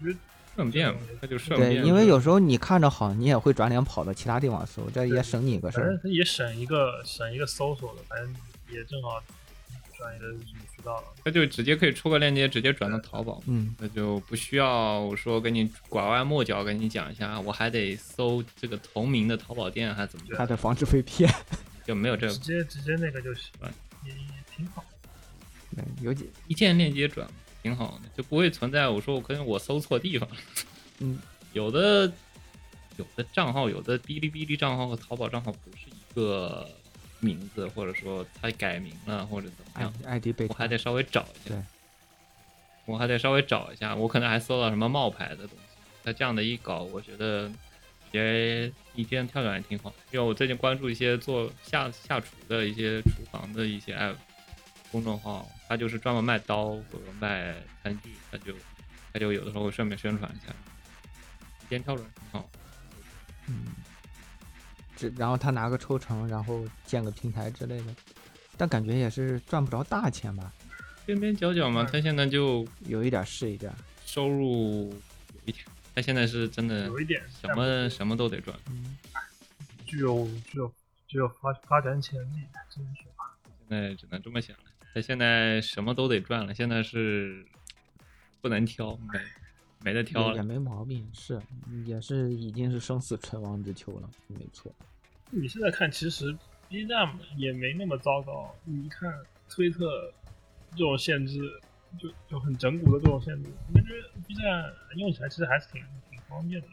Speaker 2: 觉得
Speaker 1: 顺便嘛，它就 顺
Speaker 3: 对，
Speaker 1: 便。
Speaker 3: 因为有时候你看着好，你也会转脸跑到其他地方搜，这也
Speaker 2: 对
Speaker 3: 省你一个事
Speaker 2: 反正
Speaker 3: 儿。
Speaker 2: 它也省一个省一个搜索的，反正也正好转一个渠道了。
Speaker 1: 他就直接可以出个链接，直接转到淘宝，
Speaker 3: 嗯，
Speaker 1: 那就不需要说跟你拐弯抹角跟你讲一下，我还得搜这个同名的淘宝店还怎么着，
Speaker 3: 还得防止被骗。
Speaker 1: 就没有这啊
Speaker 2: 直
Speaker 1: 个
Speaker 2: 接直接那个就行
Speaker 1: 对，
Speaker 2: 也也挺好。
Speaker 3: 对有几
Speaker 1: 一键链接转，挺好的，就不会存在我说我可能我搜错地方了。
Speaker 3: 嗯，
Speaker 1: 有的有的账号，有的哔哩哔哩账号和淘宝账号不是一个名字，或者说它改名了或者怎么样
Speaker 3: ID，ID 被
Speaker 1: 啊我还得稍微找一下
Speaker 3: 对，
Speaker 1: 我还得稍微找一下，我可能还搜到什么冒牌的东西。那这样的一搞，我觉得也一键跳转也挺好，因为我最近关注一些做下下厨的一些厨房的一些 app 公众号，它就是专门卖刀或者卖餐具，它就它就有的时候会顺便宣传一下，一键跳转挺好。
Speaker 3: 嗯，这然后他拿个抽成，然后建个平台之类的，但感觉也是赚不着大钱吧，
Speaker 2: 嗯
Speaker 1: 边边角角嘛，它现在就
Speaker 3: 有一点儿是一点儿。
Speaker 1: 收入有一点但现在是真的
Speaker 2: 有一点
Speaker 1: 什么什么都得赚，
Speaker 2: 嗯，具有具有具有发发展潜力，只能说
Speaker 1: 现在只能这么想了。他现在什么都得赚了，现在是不能挑，没没得挑
Speaker 3: 也
Speaker 1: 了。
Speaker 3: 没毛病，是也是已经是生死存亡之秋了，没错。
Speaker 2: 你现在看，其实 B 站也没那么糟糕。你一看推特这种限制，就就很整蛊的这种限制，我感觉 B 站用起来其实还是挺挺方便的。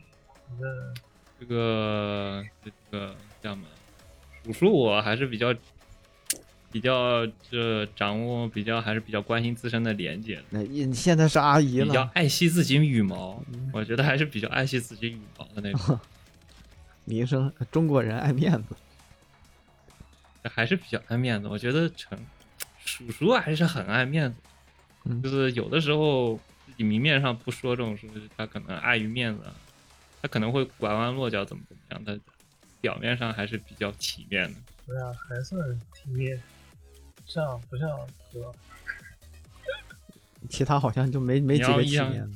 Speaker 2: 反正
Speaker 1: 这个这个叫什么？数数我还是比较比较这掌握比较还是比较关心自身的连接的，
Speaker 3: 那你现在是阿姨
Speaker 1: 比较
Speaker 3: 了，
Speaker 1: 爱惜自己羽毛。我觉得还是比较爱惜自己羽毛的那种。
Speaker 3: 民生中国人爱面子，
Speaker 1: 还是比较爱面子。我觉得成叔叔啊还是很爱面子，
Speaker 3: 嗯
Speaker 1: 就是有的时候自己明面上不说这种事，他可能碍于面子啊，他可能会拐弯落脚，怎么怎么样，他表面上还是比较体面的。
Speaker 2: 对啊，还算挺面，像不像哥？
Speaker 3: 其他好像就没没几
Speaker 1: 你要
Speaker 3: 个
Speaker 1: 一
Speaker 3: 体
Speaker 1: 样
Speaker 3: 面的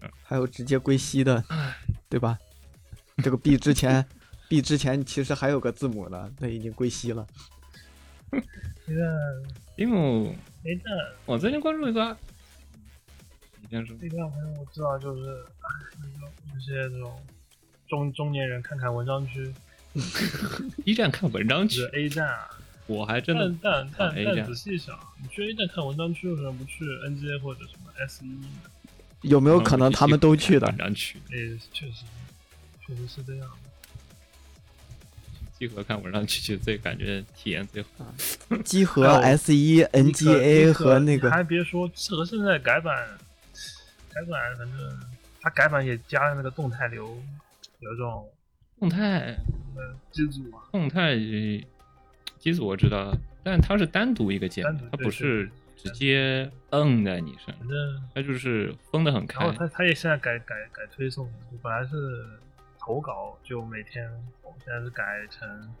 Speaker 1: 嗯，
Speaker 3: 还有直接归西的，对吧？这个 B 之前 B 之前其实还有个字母的，那已经归西了。
Speaker 2: B 站
Speaker 1: 因为
Speaker 2: B 站
Speaker 1: 我最近关注一个，你先说，
Speaker 2: B 站朋友我知道就是哎有有些这种中中年人看看文章区，
Speaker 1: B 站看文章
Speaker 2: 就
Speaker 1: 区
Speaker 2: 是，A 站啊。
Speaker 1: 我还真
Speaker 2: 但
Speaker 1: 的
Speaker 2: 但
Speaker 1: 看
Speaker 2: 但
Speaker 1: A
Speaker 2: 但
Speaker 1: 站
Speaker 2: 仔。细想，你去 A 站看文章区，为什么不去 NGA 或者什么 S E？一呢？
Speaker 3: 有
Speaker 1: 啊
Speaker 3: 没有可能他们都去的
Speaker 1: 文？章区，
Speaker 2: 哎，确实，确实是这样的。
Speaker 1: 集合看文章区就最感觉体验最好。
Speaker 3: 集合
Speaker 2: 哎我
Speaker 3: S E 一
Speaker 2: 你可
Speaker 3: NGA
Speaker 2: 你可
Speaker 3: 和那
Speaker 2: 你
Speaker 3: 个
Speaker 2: 还别说，这和现在改版，改版反正它改版也加了那个动态流，有一种
Speaker 1: 动态
Speaker 2: 呃机组嘛，
Speaker 1: 动态机组我知道，但它是单独一个键
Speaker 2: 单独，
Speaker 1: 它
Speaker 2: 对
Speaker 1: 不是直接摁在你身上，
Speaker 2: 反正
Speaker 1: 它就是封得很
Speaker 2: 然后
Speaker 1: 开。
Speaker 2: 它它也现在改改改推送，就本来是投稿就每天投，现在是改成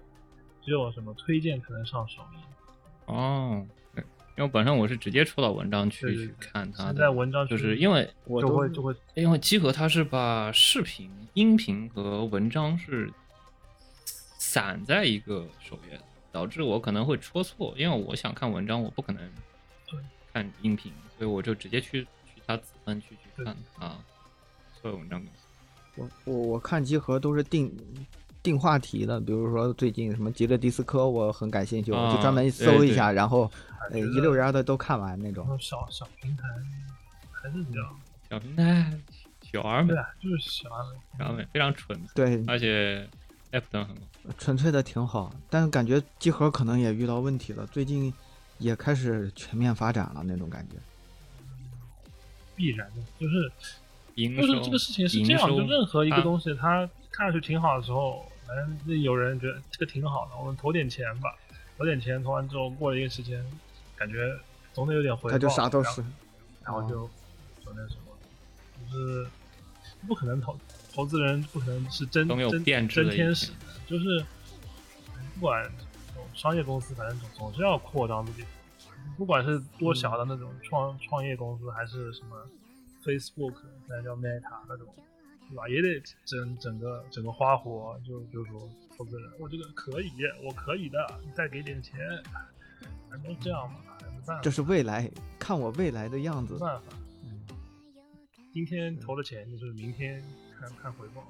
Speaker 2: 只有什么推荐才能上首页。
Speaker 1: 哦，对因为本身我是直接戳到文章
Speaker 2: 对
Speaker 1: 区
Speaker 2: 对
Speaker 1: 去看它
Speaker 2: 现在
Speaker 1: 的，
Speaker 2: 文章区
Speaker 1: 嗯就是因为
Speaker 3: 我
Speaker 2: 就
Speaker 3: 都
Speaker 2: 会就会
Speaker 1: 因为集合它是把视频、音频和文章是散在一个首页的，导致我可能会戳错，因为我想看文章，我不可能
Speaker 2: 对
Speaker 1: 看音频，所以我就直接去去它子分区去
Speaker 2: 对
Speaker 1: 看啊，所有文章。
Speaker 3: 我我我看集合都是定定话题的，比如说最近什么极乐迪斯科，我很感兴趣，我就专门
Speaker 1: 啊
Speaker 3: 搜
Speaker 1: 对
Speaker 3: 一下，然后呃
Speaker 2: 觉得
Speaker 3: 一溜烟的都看完那
Speaker 2: 那
Speaker 3: 种。
Speaker 2: 种小小平台还是比较
Speaker 1: 小平台小而美
Speaker 2: 对，啊，就是小而美
Speaker 1: 小而美非常纯，
Speaker 3: 对，
Speaker 1: 而且 app 端很好。
Speaker 3: 纯粹的挺好，但是感觉集合可能也遇到问题了，最近也开始全面发展了那种感觉。
Speaker 2: 必然的，就是
Speaker 1: 营
Speaker 2: 就是
Speaker 1: 收
Speaker 2: 这个事情是这样，
Speaker 1: 营收
Speaker 2: 就任何一个
Speaker 1: 它
Speaker 2: 东西，它看上去挺好的时候，反正那有人觉得这个挺好的，我们投点钱吧，投点钱，投完之后过了一个时间，感觉总得有点回报，
Speaker 3: 他就啥都
Speaker 2: 然后
Speaker 3: 是，嗯
Speaker 2: 然后就就那什么，就是不可能投投资人不可能是真
Speaker 1: 总有
Speaker 2: 真
Speaker 1: 变质
Speaker 2: 真
Speaker 1: 的一天
Speaker 2: 天使，就是不管这种商业公司，反正总总是要扩张自己，不管是多小的那种创、创业公司，还是什么 Facebook，那叫 Meta 那种，对吧？也得整整个整个花活，就就说投资人，我这个可以，我可以的，你再给点钱，反正这样嘛，没办法。
Speaker 3: 这是未来，看我未来的样
Speaker 2: 没
Speaker 3: 子。
Speaker 2: 办法。今天投了钱，就是明天看看回报。